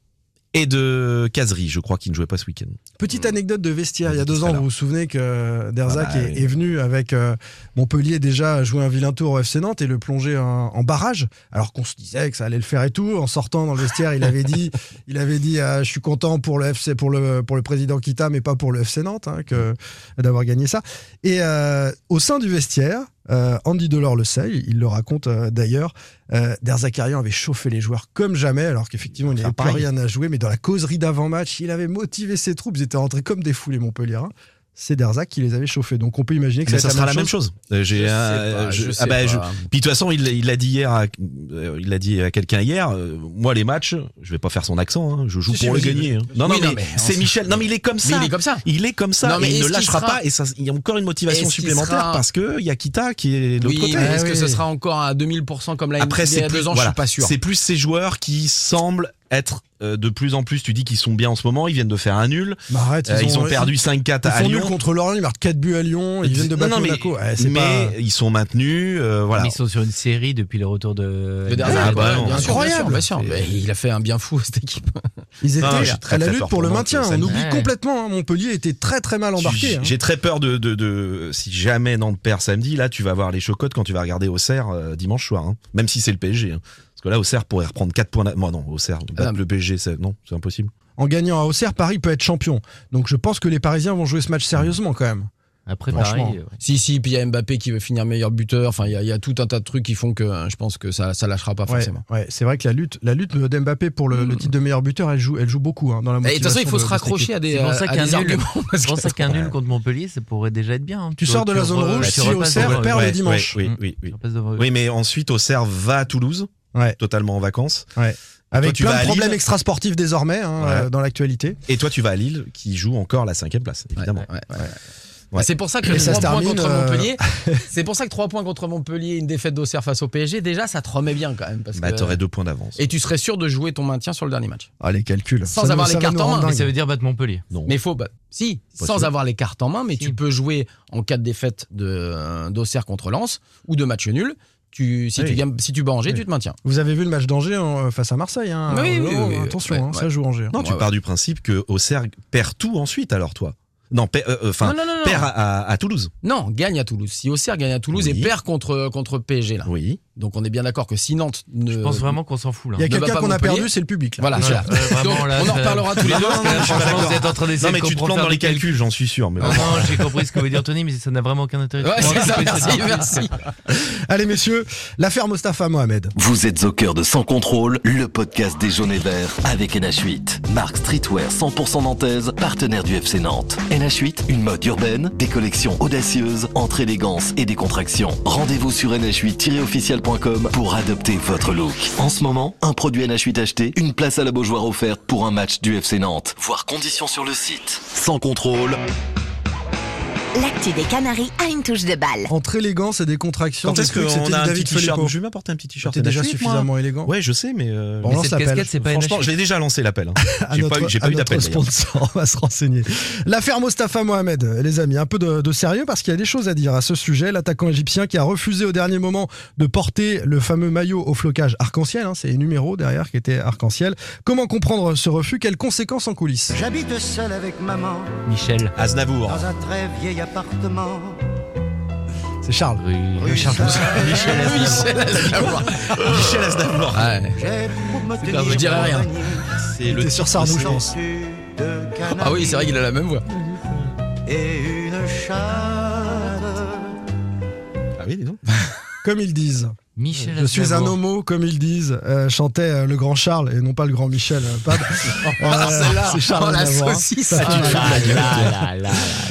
Et de Casery, je crois, qui ne jouait pas ce week-end. Petite anecdote de vestiaire. Il y a Qui deux sera ans, là. vous vous souvenez que Derzac Ah Hmm. bah est, oui. est venu avec euh, Montpellier déjà jouer un vilain tour au FC Nantes et le plonger en, en barrage. Alors qu'on se disait que ça allait le faire et tout. En sortant dans le vestiaire, il avait dit, il avait dit, ah, je suis content pour le FC, pour le pour le président Kita, mais pas pour le FC Nantes, hein, que Hmm. d'avoir gagné ça. Et euh, au sein du vestiaire. euh, Andy Delors le sait, il le raconte euh, d'ailleurs. Euh, Derzakarian avait chauffé les joueurs comme jamais, alors qu'effectivement il n'y Faire avait plus pareil. rien à jouer. Mais dans la causerie d'avant-match, il avait motivé ses troupes. Ils étaient rentrés comme des fous les Montpelliérains. C'est Derzac qui les avait chauffés. Donc on peut imaginer que Mais va ça être sera la même chose. Euh, J'ai Je un- sais pas, je- je ah sais bah, je- pas. Puis de toute façon, il il l'a dit hier, à, euh, il l'a dit à quelqu'un hier. euh, moi, les matchs, je vais pas faire son accent. hein, je joue Si, si, pour le vas-y. gagner. hein. Non, non, Oui, mais, non, mais on c'est sait- Michel. Non, mais il est comme Mais ça. il est comme ça. Il est comme ça. Non, mais et il ne est-ce qu'il lâchera sera- pas. Et ça, il y a encore une motivation Est-ce qu'il supplémentaire sera- parce que il y a Kita qui est de l'autre Oui, côté. mais est-ce Ah que oui. ce sera encore à 2000% comme l'année Après, il y c'est a plus, deux ans voilà, Je suis pas sûr. c'est plus ces joueurs qui semblent être euh, de plus en plus. Tu dis qu'ils sont bien en ce moment. Ils viennent de faire un nul. Bah, arrête, Euh, ils, ont, perdu Ils 5-4 à font nul Lyon. contre Lorient, ils marquent 4 buts à Lyon, ils viennent de Non, battre non, mais- Monaco. Eh, c'est mais pas- ils sont maintenus. euh, voilà. Mais ils sont sur une série depuis le retour de. Le dernier, Ah bah ouais, non, bien sûr, bien sûr, incroyable. bien sûr. C'est- Mais il a fait un bien fou à cette équipe. Ils étaient Non, j'ai très, à la très lutte peur pour le pour maintien. Nantes, On samedi. oublie Ouais. complètement. hein, Montpellier était très très mal embarqué. Tu- hein. J'ai très peur de, de, de- si jamais Nantes perd samedi, là tu vas avoir les chocottes quand tu vas regarder Auxerre euh, dimanche soir, hein. même si c'est le PSG. hein. Parce que là Auxerre pourrait reprendre 4 points. d'a- Moi non, Auxerre, Ah. battre non. le PSG, c'est- non, c'est impossible. En gagnant à Auxerre, Paris peut être champion. Donc je pense que les Parisiens vont jouer ce Mm. match sérieusement quand même. Après, Franchement. pareil. ouais. Si, si, puis il y a Mbappé qui veut finir meilleur buteur. Enfin, il y, a- il y a tout un tas de trucs qui font que hein, je pense que ça, ça lâchera pas Ouais, forcément. ouais, c'est vrai que la lutte, la lutte d'Mbappé pour le, le titre de meilleur buteur, elle joue, elle joue beaucoup hein, dans la Et de toute façon, il motivation faut de- se de cette équipe. raccrocher à des, C'est pour ça euh, à qu'un des nul- arguments. parce Je que- pensais qu'un nul contre Montpellier, ça pourrait déjà être bien. hein. Tu sors vois, de la zone re- rouge, tu si repasses Auxerre devant- perd ouais, le dimanche. Oui, Mm. oui, oui, oui. tu repasses devant eux. Oui, mais ensuite Auxerre va à Toulouse, Ouais. totalement en vacances. Avec Toi, tu plein vas à de Lille. problèmes extrasportifs désormais hein, Ouais. euh, dans l'actualité. Et toi tu vas à Lille, qui joue encore la cinquième place, évidemment. Ouais, ouais, ouais. Ouais. C'est pour ça que Et ça 3 se points termine, contre euh, Montpellier, c'est pour ça que 3 points contre Montpellier, une défaite d'Auxerre face au PSG, déjà ça te remet bien quand même. Parce Bah que- t'aurais deux points d'avance. Et tu serais sûr de jouer ton maintien sur le dernier match. Ah, les calculs. Sans Ça avoir nous- les ça va cartes nous en rendre main, dingue. Mais ça veut dire battre Montpellier. Non. Mais faut, bah, si, sans sûr. avoir les cartes en main, mais Si. tu peux jouer en cas de défaite de- d'Auxerre contre Lens ou de match nul. Tu, si, Oui. tu gagnes, si tu bats Angers, Oui. tu te maintiens. Vous avez vu le match d'Angers hein, face à Marseille. hein, Oui, à oui, Roland, oui, oui. Attention, Ouais, hein, ça ouais. joue Angers. hein. Non, tu Ouais, pars du principe que Auxerre perd tout ensuite alors toi. Non, per- euh, euh, enfin non, non, non, non. perd à, à- à Toulouse. Non, gagne à Toulouse. Si Auxerre gagne à Toulouse Oui. et perd contre, euh, contre PSG, là. Oui. Donc on est bien d'accord que si Nantes ne. Je pense vraiment qu'on s'en fout là. Il y a Ne va quelqu'un pas qu'on a Montpellier. perdu, c'est le public. là. Ah, Voilà, c'est là. Ouais, Euh, vraiment, Donc, là, on en ça- reparlera tous les deux. Parce que là, je suis pas franchement, d'accord. vous êtes en train d'essayer Non mais de tu te comprendre plantes dans faire les des calculs. calculs, j'en suis sûr. Mais Ah, Non, bon. non, j'ai compris ce que veut dire Tony, mais ça n'a vraiment aucun intérêt. Ouais, c'est ça, merci, Cette- merci. Allez, messieurs, l'affaire Mostafa Mohamed. Vous êtes au cœur de Sans Contrôle, le podcast des jaunes et verts avec NH8. Marque streetwear 100% nantaise, partenaire du FC Nantes. NH8, une mode urbaine, des collections audacieuses, entre élégance et décontraction. Rendez-vous sur nh8-officiel.com pour adopter votre look. En ce moment, un produit NH8 acheté, une place à la Beaujoire offerte pour un match du FC Nantes. Voir conditions sur le site. Sans Contrôle, L'actu des Canaries a une touche de balle. Entre élégance et des contractions. Quand est-ce j'ai cru qu'on c'était a un David petit t-shirt Filippo. Je vais m'apporter un petit t-shirt. T'es déjà NH8, moi. suffisamment élégant. Ouais, je sais, mais. euh, Bon, on lance cette l'appel. casquette, c'est pas Franchement, NH8. je l'ai déjà lancé l'appel. hein. J'ai À pas eu- Ah, notre- j'ai pas à eu notre d'appel. d'ailleurs. sponsor, on va se renseigner. L'affaire Mostafa Mohamed, euh, les amis, un peu de, de sérieux parce qu'il y a des choses à dire à ce sujet. L'attaquant égyptien qui a refusé au dernier moment de porter le fameux maillot au flocage arc-en-ciel, hein, c'est les numéros derrière qui étaient arc-en-ciel. Comment comprendre ce refus Quelles conséquences en coulisses J'habite seul avec maman Michel. Aznavour. dans un très vieil appartement. C'est Charles. Rue- Michel Aznavour. Michel Aznavour. Ouais. J'ai pour me pas- vous direz rien. compagnie C'est le T'es sur hein. Sardou, je pense. de Ah oui, c'est vrai qu'il a la même voix. Et une chatte. Ah oui, dis donc. Comme ils disent. Michel Je suis un Aznavour. homo, comme ils disent, euh, chantait euh, le grand Charles et non pas le grand Michel euh, Pab. Ah, Ah, Euh, c'est Oh, Charles Aznavour, hein. Ça tue. Ah là là là là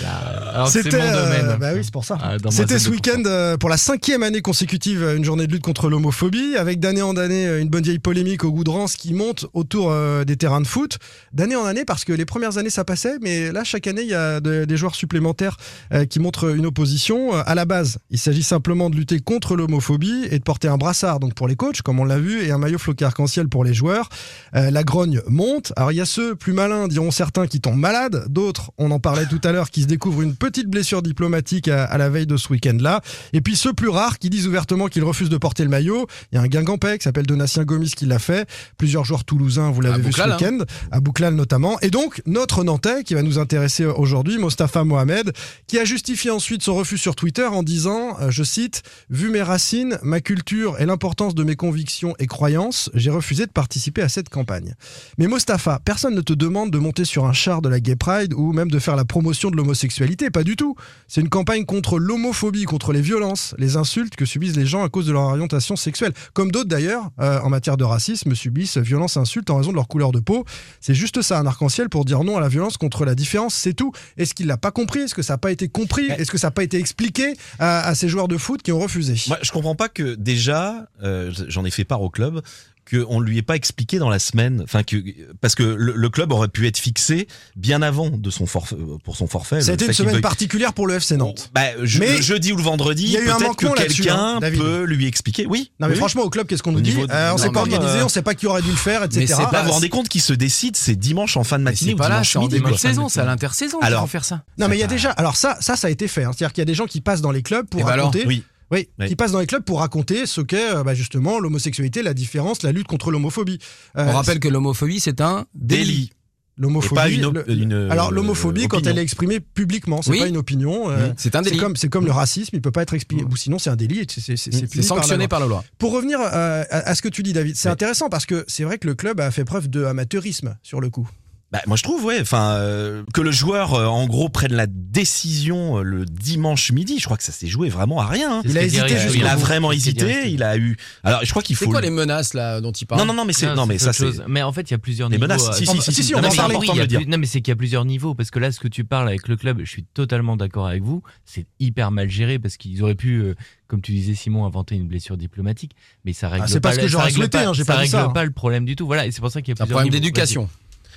là. Alors que c'est C'était mon domaine. euh, bah oui, c'est pour ça. Ah, dans ma C'était zone ce de week-end euh, pour la cinquième année consécutive euh, une journée de lutte contre l'homophobie, avec d'année en année euh, une bonne vieille polémique au goût de rance qui monte autour euh, des terrains de foot, d'année en année parce que les premières années ça passait, mais là chaque année il y a de- des joueurs supplémentaires euh, qui montrent une opposition. Euh, À la base, il s'agit simplement de lutter contre l'homophobie et de porter un brassard donc pour les coachs, comme on l'a vu, et un maillot floqué arc-en-ciel pour les joueurs. Euh, la grogne monte. Alors il y a ceux plus malins, diront certains, qui tombent malades, d'autres, on en parlait tout à l'heure, qui se découvrent une petite blessure diplomatique à, à la veille de ce week-end-là. Et puis ceux plus rares qui disent ouvertement qu'ils refusent de porter le maillot. Il y a un Guingampais qui s'appelle Donatien Gomis qui l'a fait. Plusieurs joueurs toulousains, vous À l'avez vu ce Bouclal, hein. week-end, à Bouclal notamment. Et donc notre Nantais qui va nous intéresser aujourd'hui, Mostafa Mohamed, qui a justifié ensuite son refus sur Twitter en disant, euh, je cite, Vu mes racines, ma culture et l'importance de mes convictions et croyances, j'ai refusé de participer à cette campagne. Mais Mostafa, personne ne te demande de monter sur un char de la Gay Pride ou même de faire la promotion de l'homosexualité, pas du tout. C'est une campagne contre l'homophobie, contre les violences, les insultes que subissent les gens à cause de leur orientation sexuelle. Comme d'autres d'ailleurs, euh, en matière de racisme, subissent violences, insultes en raison de leur couleur de peau. C'est juste ça, un arc-en-ciel pour dire non à la violence contre la différence, c'est tout. Est-ce qu'il l'a pas compris Est-ce que ça n'a pas été compris Est-ce que ça n'a pas été expliqué à, à ces joueurs de foot qui ont refusé Moi, je comprends pas que déjà, euh, j'en ai fait part au club, qu'on ne lui ait pas expliqué dans la semaine, enfin que parce que le, le club aurait pu être fixé bien avant de son forfait, pour son forfait. le Ça a fait été une qu'il semaine veuille- particulière pour le FC Nantes. Bah, je- Mais le jeudi ou le vendredi, il y a eu un peut-être manquement que là-dessus, hein, quelqu'un David. peut lui expliquer. Oui. Non mais oui, oui. franchement au club qu'est-ce qu'on nous Au dit niveau de- Euh, On Non, s'est pas mais, organisé, euh, on sait pas qui aurait dû le faire, mais etc. c'est Bah, vous vous Ah, rendez compte qu'il se décide, c'est dimanche en fin de Mais matinée c'est ou pas là, dimanche c'est en midi, début de quoi. saison, c'est à l'intersaison qu'ils Alors- vont faire ça. Non mais il y a déjà alors ça ça ça a été fait, hein. c'est-à-dire qu'il y a des gens qui passent dans les clubs pour Eh ben alors, raconter Oui. Oui, Oui. qui passent dans les clubs pour raconter ce qu'est euh, bah, justement l'homosexualité, la différence, la lutte contre l'homophobie. Euh, On rappelle que l'homophobie, c'est un délit. Délit. Et pas l'homophobie. une, op- le- une- Alors l'homophobie euh, quand opinion. elle est exprimée publiquement, c'est Oui. pas une opinion. euh, Mmh. C'est un C'est délit. comme, c'est comme le racisme, il peut pas être exprimé. Ou sinon, c'est un délit et c'est- c'est- c'est Mm. C'est puni par la loi. sanctionné par la loi. Pour revenir euh, à, à ce que tu dis, David, c'est Ouais. intéressant parce que c'est vrai que le club a fait preuve de amateurisme sur le coup. Bah, moi je trouve ouais, enfin euh, que le joueur euh, en gros prenne la décision euh, le dimanche midi, je crois que ça s'est joué vraiment à rien. hein. C'est ce Il a que hésité dirait- jusqu'au Il a bout. vraiment C'est ce que hésité, dirait- il a eu. Alors je crois qu'il C'est faut. quoi le- les menaces là dont il parle Non non non mais c'est non, mais ça autre c'est chose. Mais en fait, il y a plusieurs les niveaux. euh, menaces. à- Si Ah, si si, si, si, non, mais on va en c'est parler. important il de y a le dire. plus- Non, mais c'est qu'il y a plusieurs niveaux. Parce que là, ce que tu parles avec le club, je suis totalement d'accord avec vous. C'est hyper mal géré parce qu'ils auraient pu, euh, comme tu disais, Simon, inventer une blessure diplomatique. Mais ça règle Ah, c'est pas ce le- que ça j'aurais règle souhaité, pas- hein, j'ai ça pas dit règle ça. pas le problème du tout. Voilà. Et c'est pour ça qu'il y a C'est un plusieurs problème niveaux. d'éducation.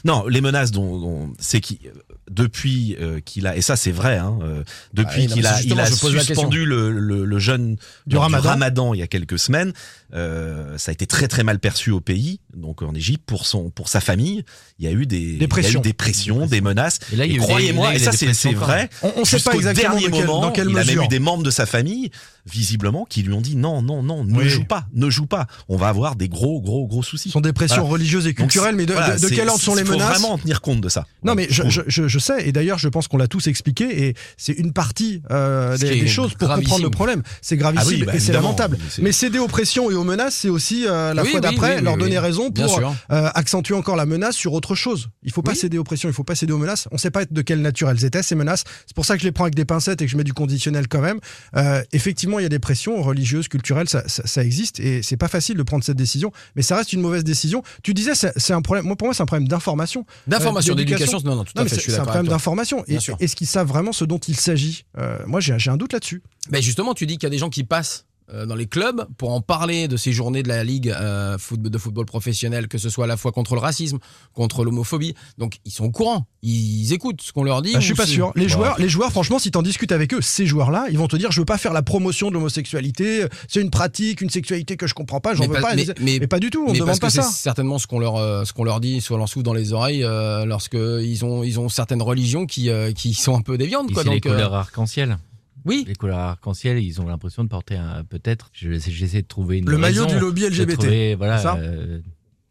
Non, les menaces dont, dont- c'est qui euh, depuis euh, qu'il a et ça c'est vrai hein, euh, depuis Ouais, Ah, non, qu'il mais a c'est il a justement, je pose la suspendu le, le, le jeune Du lors Ramadan. il y a quelques semaines, euh, ça a été très très mal perçu au pays, donc en Égypte pour son pour sa famille, il y a eu des il y a eu pressions. des pressions, des menaces. Et là, il y a eu des- là, croyez-moi, il y a et ça des c'est pressions c'est quand vrai, même. On ne sait pas Jusqu'au exactement dernier de quel- moment, dans quelle il a mesure. même eu des membres de sa famille, visiblement, qui lui ont dit non, non, non, ne Oui. joue pas, ne joue pas. On va avoir des gros, gros, gros soucis. Ce sont des pressions religieuses et Donc, culturelles, mais de, voilà, de- de c'est- quel ordre sont les faut menaces vraiment en tenir compte de ça. Non, Ouais, mais je, je, je- je sais, et d'ailleurs, je pense qu'on l'a tous expliqué, et c'est une partie euh, Ce des, qui est des choses pour gravissime. comprendre le problème. C'est gravissime Ah oui, bah, et c'est évidemment. lamentable. C'est- Mais céder aux pressions et aux menaces, c'est aussi euh, la Oui, fois oui, d'après oui, oui, leur oui. donner raison Bien pour sûr. euh, accentuer encore la menace sur autre chose. Il faut pas Oui. céder aux pressions, il faut pas céder aux menaces. On sait pas de quelle nature elles étaient ces menaces. C'est pour ça que je les prends avec des pincettes et que je mets du conditionnel quand même. Euh, effectivement, il y a des pressions religieuses, culturelles, ça, ça- ça existe et c'est pas facile de prendre cette décision. Mais ça reste une mauvaise décision. Tu disais, c'est c'est un problème. Moi, pour moi, c'est un problème d'information. D'information, Euh, d'éducation. d'éducation, non, non, tout Non, à mais fait, c'est je suis c'est un d'accord problème avec toi. d'information. Et- Bien sûr. Est-ce qu'ils savent vraiment ce dont il s'agit Euh, Moi, j'ai j'ai un doute là-dessus. Ben, Mais justement, tu dis qu'il y a des gens qui passent euh, dans les clubs pour en parler de ces journées de la Ligue euh, foot- de football professionnel, que ce soit à la fois contre le racisme, contre l'homophobie. Donc ils sont au courant, ils écoutent ce qu'on leur dit. Bah, je suis ou pas si- sûr. Les Bah, joueurs, les joueurs, franchement, si t'en discutes avec eux, ces joueurs-là, ils vont te dire, je veux pas faire la promotion de l'homosexualité. C'est une pratique, une sexualité que je comprends pas. J'en Mais veux pas- pas. mais- mais- pas du tout. On mais ne parce demande pas que c'est ça. certainement ce qu'on leur, euh, ce qu'on leur dit, soit leur souffle dans les oreilles, euh, lorsque ils ont, ils ont certaines religions qui, euh, qui sont un peu déviantes. Et Quoi, c'est les donc, euh, couleurs arc-en-ciel. Oui. Les couleurs arc-en-ciel, ils ont l'impression de porter un. Peut-être. je- J'essaie de trouver une. Le maillot raison, du lobby de LGBT, trouver, voilà. c'est ça euh,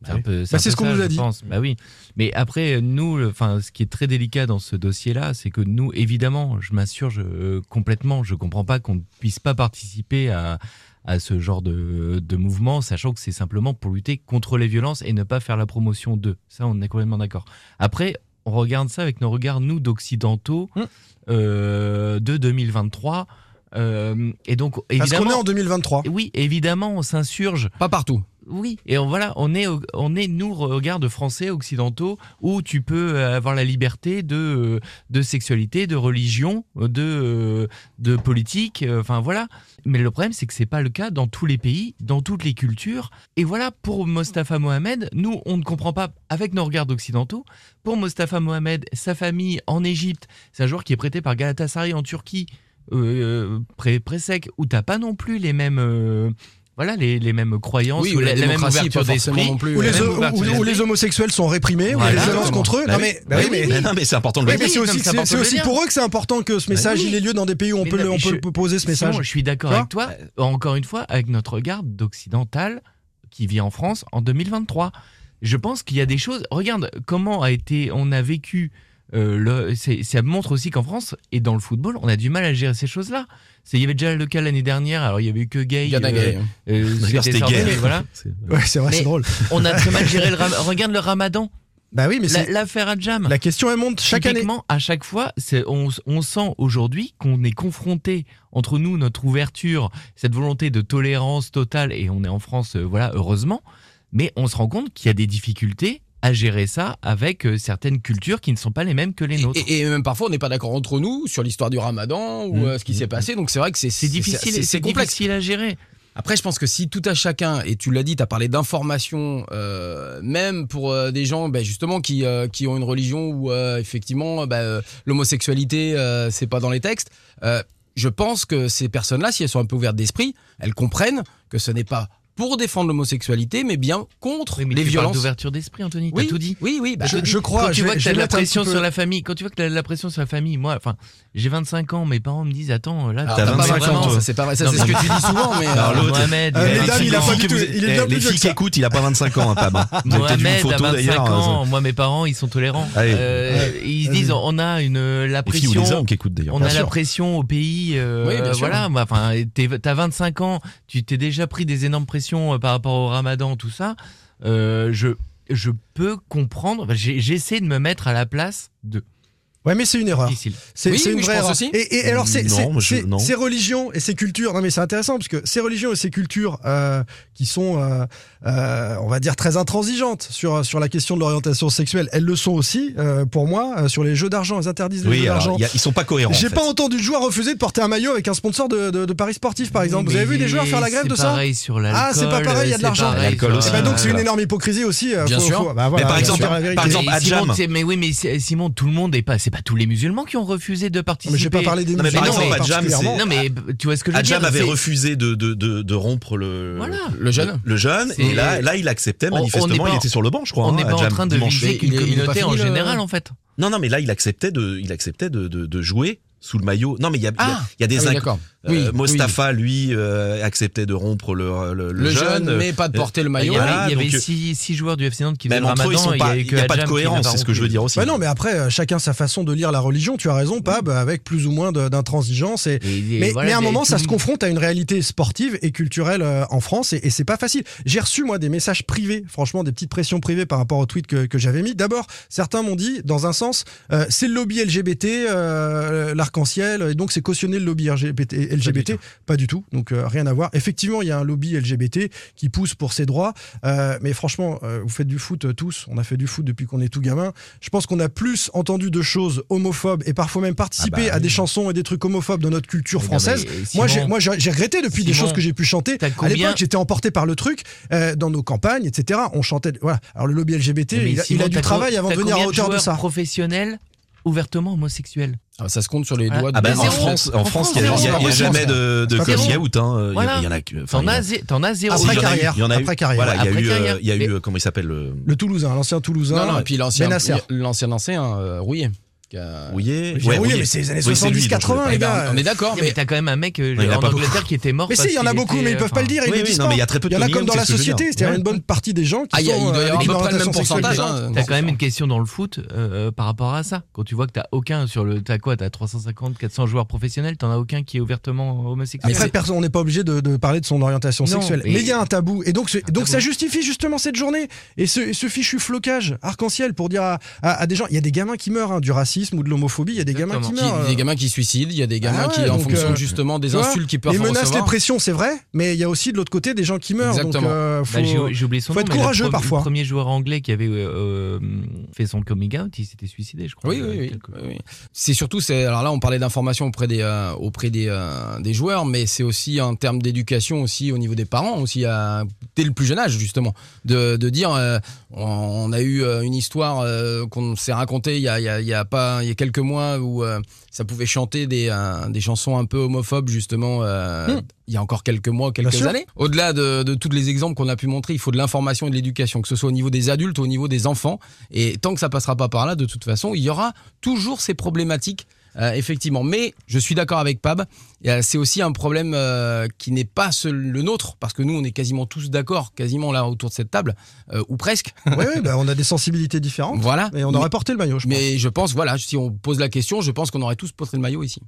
c'est Ah un oui. peu- Bah, un c'est peu ce qu'on ça, nous a je dit. pense. Bah oui. Mais après, nous, le- enfin, ce qui est très délicat dans ce dossier-là, c'est que nous, évidemment, je m'insurge euh, complètement. Je comprends pas qu'on ne puisse pas participer à, à ce genre de, de mouvement, sachant que c'est simplement pour lutter contre les violences et ne pas faire la promotion d'eux. Ça, on est complètement d'accord. Après, on regarde ça avec nos regards, nous, d'occidentaux, Hum. euh, de 2023. euh, et donc, Parce évidemment. qu'on est en 2023. Oui, évidemment, on s'insurge. Pas partout. Oui, et on, voilà, on est, au- on est nous, regarde français, occidentaux, où tu peux euh, avoir la liberté de, euh, de sexualité, de religion, euh, de, euh, de politique, euh, enfin voilà. Mais le problème, c'est que c'est pas le cas dans tous les pays, dans toutes les cultures. Et voilà, pour Mostafa Mohamed, nous, on ne comprend pas avec nos regards occidentaux. Pour Mostafa Mohamed, sa famille en Égypte, c'est un joueur qui est prêté par Galatasaray en Turquie, euh, pré- pré-sec, où t'as pas non plus les mêmes. euh, voilà les, les mêmes croyances Oui, ou ou la, la la même démocratie, ouverture pas forcément d'esprit non plus, Où la les, même où- ouverture où d'esprit. les homosexuels sont réprimés, où Voilà, les violences exactement. contre eux. Bah non oui, mais, bah oui, oui, mais- oui. Non, mais c'est important de le Oui, dire. mais oui, c'est non, aussi, mais ça c'est- porte c'est le aussi bien. Bah pour eux que c'est important que ce message oui. il ait lieu dans des pays où on Mais peut, non, le- on mais peut je- le poser ce message. Simon, je suis d'accord Tu avec toi. Encore une fois, avec notre regard d'occidental qui vit en France en 2023. Je pense qu'il y a des choses. Regarde comment a été, on a vécu. euh, le, c'est- ça montre aussi qu'en France et dans le football, on a du mal à gérer ces choses-là. C'est- Il y avait déjà le cas l'année dernière. Alors il y avait eu que gay. Il y en a euh, gay, hein. euh, D'ailleurs, c'était c'était sorti, gay. mais voilà. Ouais, c'est vrai, Mais c'est drôle. On a très mal géré le. ram- Regarde le Ramadan. Bah oui, mais La- c'est- L'affaire Adjam. la question elle monte chaque année. Typiquement, à chaque fois, c'est- on, on sent aujourd'hui qu'on est confronté entre nous, notre ouverture, cette volonté de tolérance totale, et on est en France, euh, voilà, heureusement, mais on se rend compte qu'il y a des difficultés à gérer ça avec euh, certaines cultures qui ne sont pas les mêmes que les nôtres. Et, et même parfois, on n'est pas d'accord entre nous sur l'histoire du ramadan ou Mmh. euh, ce qui s'est passé. Donc c'est vrai que c'est c'est difficile, c'est- c'est complexe. difficile à gérer. Après, je pense que si tout à chacun, et tu l'as dit, tu as parlé d'information, euh, même pour euh, des gens ben, justement qui, euh, qui ont une religion où euh, effectivement ben, euh, l'homosexualité, euh, c'est pas dans les textes, euh, je pense que ces personnes-là, si elles sont un peu ouvertes d'esprit, elles comprennent que ce n'est pas pour défendre l'homosexualité, mais bien contre Oui, mais les tu parles violences. d'ouverture d'esprit, Anthony, t'as Oui, tout dit. oui, oui. bah, Je- Quand tu- je crois, Quand tu je vois vais- que je t'as vais de la mettre un pression petit peu- sur la famille, quand tu vois que t'as de la pression sur la famille, moi, enfin, j'ai 25 ans, mes parents me disent, attends, là, alors, Ah, t'as pas 25 vraiment, ans, toi. ça, c'est pas vrai. Ça, Non, c'est ce que mais- tu dis souvent, mais. Alors, euh, l'autre- Mohamed, Euh, il a mesdames, 25 il a ans. pas du tout- il est bien Eh, plus Les vieux que filles qui ça. écoutent, il a pas 25 ans, hein, Pab. hein. Vous avez peut-être vu une Mohamed photo a 25 d'ailleurs. ans, euh, Ah moi mes parents ils sont tolérants. Allez. Euh, Ils se disent on a une euh, la Les filles ou pression, les hommes qui écoutent d'ailleurs. on a la pression au pays. euh, Oui, bien sûr. voilà, moi, enfin t'es- t'as 25 ans, tu t'es déjà pris des énormes pressions euh, par rapport au Ramadan tout ça. Euh, je je peux comprendre. Enfin, j'ai- J'essaie de me mettre à la place de. Ouais, mais c'est une Ah. erreur. Difficile. C'est Oui, c'est une oui, je vraie pense erreur. aussi. Et, et alors, c'est- Non, c'est- moi, je- c'est- non. ces religions et ces cultures, non mais c'est intéressant parce que ces religions et ces cultures euh, qui sont, euh, euh, on va dire, très intransigeantes sur, sur la question de l'orientation sexuelle, elles le sont aussi, euh, pour moi, euh, sur les jeux d'argent. Elles interdisent les Oui, jeux alors, d'argent. il y a- ils sont pas cohérents. en J'ai fait. pas entendu de joueur refuser de porter un maillot avec un sponsor de, de, de Paris Sportif, par exemple. Vous avez vu des joueurs faire la grève de C'est ça Pareil sur Ah, c'est pas pareil, il y a de l'argent. L'alcool Eh aussi. hein. ben, donc c'est une Voilà. énorme hypocrisie aussi. euh, Bien faut- sûr. faut- bah, voilà, par bien exemple, sûr, la vérité. par exemple, Mais Simon, Adjam. c'est- mais oui, mais c'est- Simon, tout le monde n'est pas. C'est pas tous les musulmans qui ont refusé de participer. Mais j'ai pas Ah. parlé des Non, mais par musulmans exemple, Adjam, particulièrement. c'est- Non mais b- tu vois ce que je veux Adjam dire, avait c'est- refusé de, de, de, de rompre le, Voilà. Le jeune le jeune. C'est- Et là, là, il acceptait On- on n'est manifestement. pas- il était sur le banc, je crois. On hein, n'est pas en Adjam, train de dimanche. juger Mais qu'une il est- il est communauté pas en fini, le- général en fait. Non, non, mais là, il acceptait de, il acceptait de, de, de jouer sous le maillot. Non, mais il y a, il y a- Ah. il y a Ah des oui, inc- d'accord. Euh, Oui, oui. Mostafa, lui, euh, acceptait de rompre le, le, Le jeune, euh, mais pas de euh, porter le ah, Il maillot. y avait, Voilà, il y avait donc, euh, six, six joueurs du FC Nantes qui faisaient Même le entre eux, ils Ramadan. sont et il y pas, avait il que n'y a pas de Adjam qui cohérence, n'a pas c'est ce que je veux rompu. dire aussi. Bah non, mais après, euh, chacun sa façon de lire la religion, tu as raison, Pab, avec plus ou moins de- d'intransigeance. Et... Et- et Mais, voilà, mais à un et moment, tout ça le se monde- confronte à une réalité sportive et culturelle euh, en France, et, et c'est pas facile. J'ai reçu, moi, des messages privés, franchement, des petites pressions privées par rapport au tweet que, que j'avais mis. D'abord, certains m'ont dit, dans un sens, euh, c'est le lobby LGBT, euh, l'arc-en-ciel, et donc c'est cautionner le lobby LGBT, LGBT. Pas du tout. Donc euh, rien à voir. Effectivement, il y a un lobby LGBT qui pousse pour ses droits. Euh, mais franchement, euh, vous faites du foot euh, tous. On a fait du foot depuis qu'on est tout gamin. Je pense qu'on a plus entendu de choses homophobes et parfois Ah même participé bah à des chansons et des trucs homophobes dans notre culture non, mais, française. euh, moi, Simon, j'ai- moi, j'ai j'ai regretté depuis des Simon, choses que j'ai pu chanter. À combien- l'époque, j'étais emporté par le truc. euh, dans nos campagnes, etc. On chantait. Voilà. Alors le lobby LGBT, Mais il a, Simon, il a du t'as travail co- avant de t'as venir à combien hauteur de joueurs ça. professionnels ouvertement homosexuels ça se compte sur les Voilà. doigts de Ah bah, deux en mains. France- en France, il y a- il y a- il y a jamais de- de C'est pas coming possible. out, hein. Il y a- Voilà. il y en a que- enfin, T'en il y en a- as zé- t'en as zéro. Après Il y en a eu- carrière, il y en a eu- après carrière. Voilà, il y a Après eu, carrière. euh, il y a Mais- eu, euh, comment il s'appelle le- Le Toulousain, l'ancien Toulousain. Non, non, et puis l'ancien Benasser. l'ancien ancien euh, Rouillet. Rouillet, Rouillet, ouais, Rouillet, mais c'est les années eh 70-80, ben, les gars. On est d'accord, Mais mais t'as quand même un mec euh, Non, il y en a en pas Angleterre qui était mort. Mais si, parce il y en a qu'il beaucoup, était, mais ils euh, peuvent pas le dire. oui, ils le oui, disent non, pas. mais il y a très peu de en a coming comme out, dans la c'est ce que je veux société, dire. c'est-à-dire Ouais. une bonne partie des gens qui Ah, il y a- il sont doit y euh, avoir à peu près avec une le même orientation sexuelle pourcentage, différente. hein. T'as quand même une question dans le foot euh, par rapport à ça. Quand tu vois que t'as aucun sur le. T'as quoi T'as 350, 400 joueurs professionnels, t'en as aucun qui est ouvertement homosexuel. Après, perso- on n'est pas obligé de, de parler de son orientation Non, sexuelle. mais- Mais il y a un tabou. Et donc, ce- donc tabou. ça justifie justement cette journée et ce, et ce fichu flocage arc-en-ciel pour dire à, à- à des gens il y a des gamins qui meurent hein, du racisme ou de l'homophie, il y a des gamins qui Exactement. Qui- meurent. des euh, gamins qui se suicident, il y a des gamins Ah ouais, qui, en donc, fonction euh, justement des tu vois, insultes qu'ils peuvent Les menaces, les recevoir. pressions, c'est vrai, mais il y a aussi de l'autre côté des gens qui meurent. Exactement. Donc, euh, Bah, j'ai- faut- j'ai oublié son faut nom, être mais le courageux pre- parfois. Le premier joueur anglais qui avait euh, euh, fait son coming out, il s'était suicidé, je crois. Oui, oui, oui. Quelque- Oui, oui. C'est surtout, c'est alors là, on parlait d'information auprès des euh, auprès des, euh, des joueurs, mais c'est aussi en termes d'éducation aussi au niveau des parents aussi à- dès le plus jeune âge justement de, de dire euh, on, on a eu euh, une histoire euh, qu'on s'est racontée il y a, il y a- il y a pas il y a quelques mois où euh, ça pouvait chanter des euh, des chansons un peu homophobes justement euh, Hmm. il y a encore quelques mois Bien quelques sûr. années. Au-delà de, de tous les exemples qu'on a pu montrer, il faut de l'information et de l'éducation, que ce soit au niveau des adultes ou au niveau des enfants. Et tant que ça passera pas par là, de toute façon, il y aura toujours ces problématiques. euh, effectivement, mais je suis d'accord avec Pab, euh, c'est aussi un problème euh, qui n'est pas seul le nôtre, parce que nous, on est quasiment tous d'accord, quasiment là autour de cette table, euh, ou presque. Ouais, ouais, bah, on a des sensibilités différentes. voilà. Et on aurait porté le maillot, je pense. Mais je pense, voilà, si on pose la question, je pense qu'on aurait tous porté le maillot ici.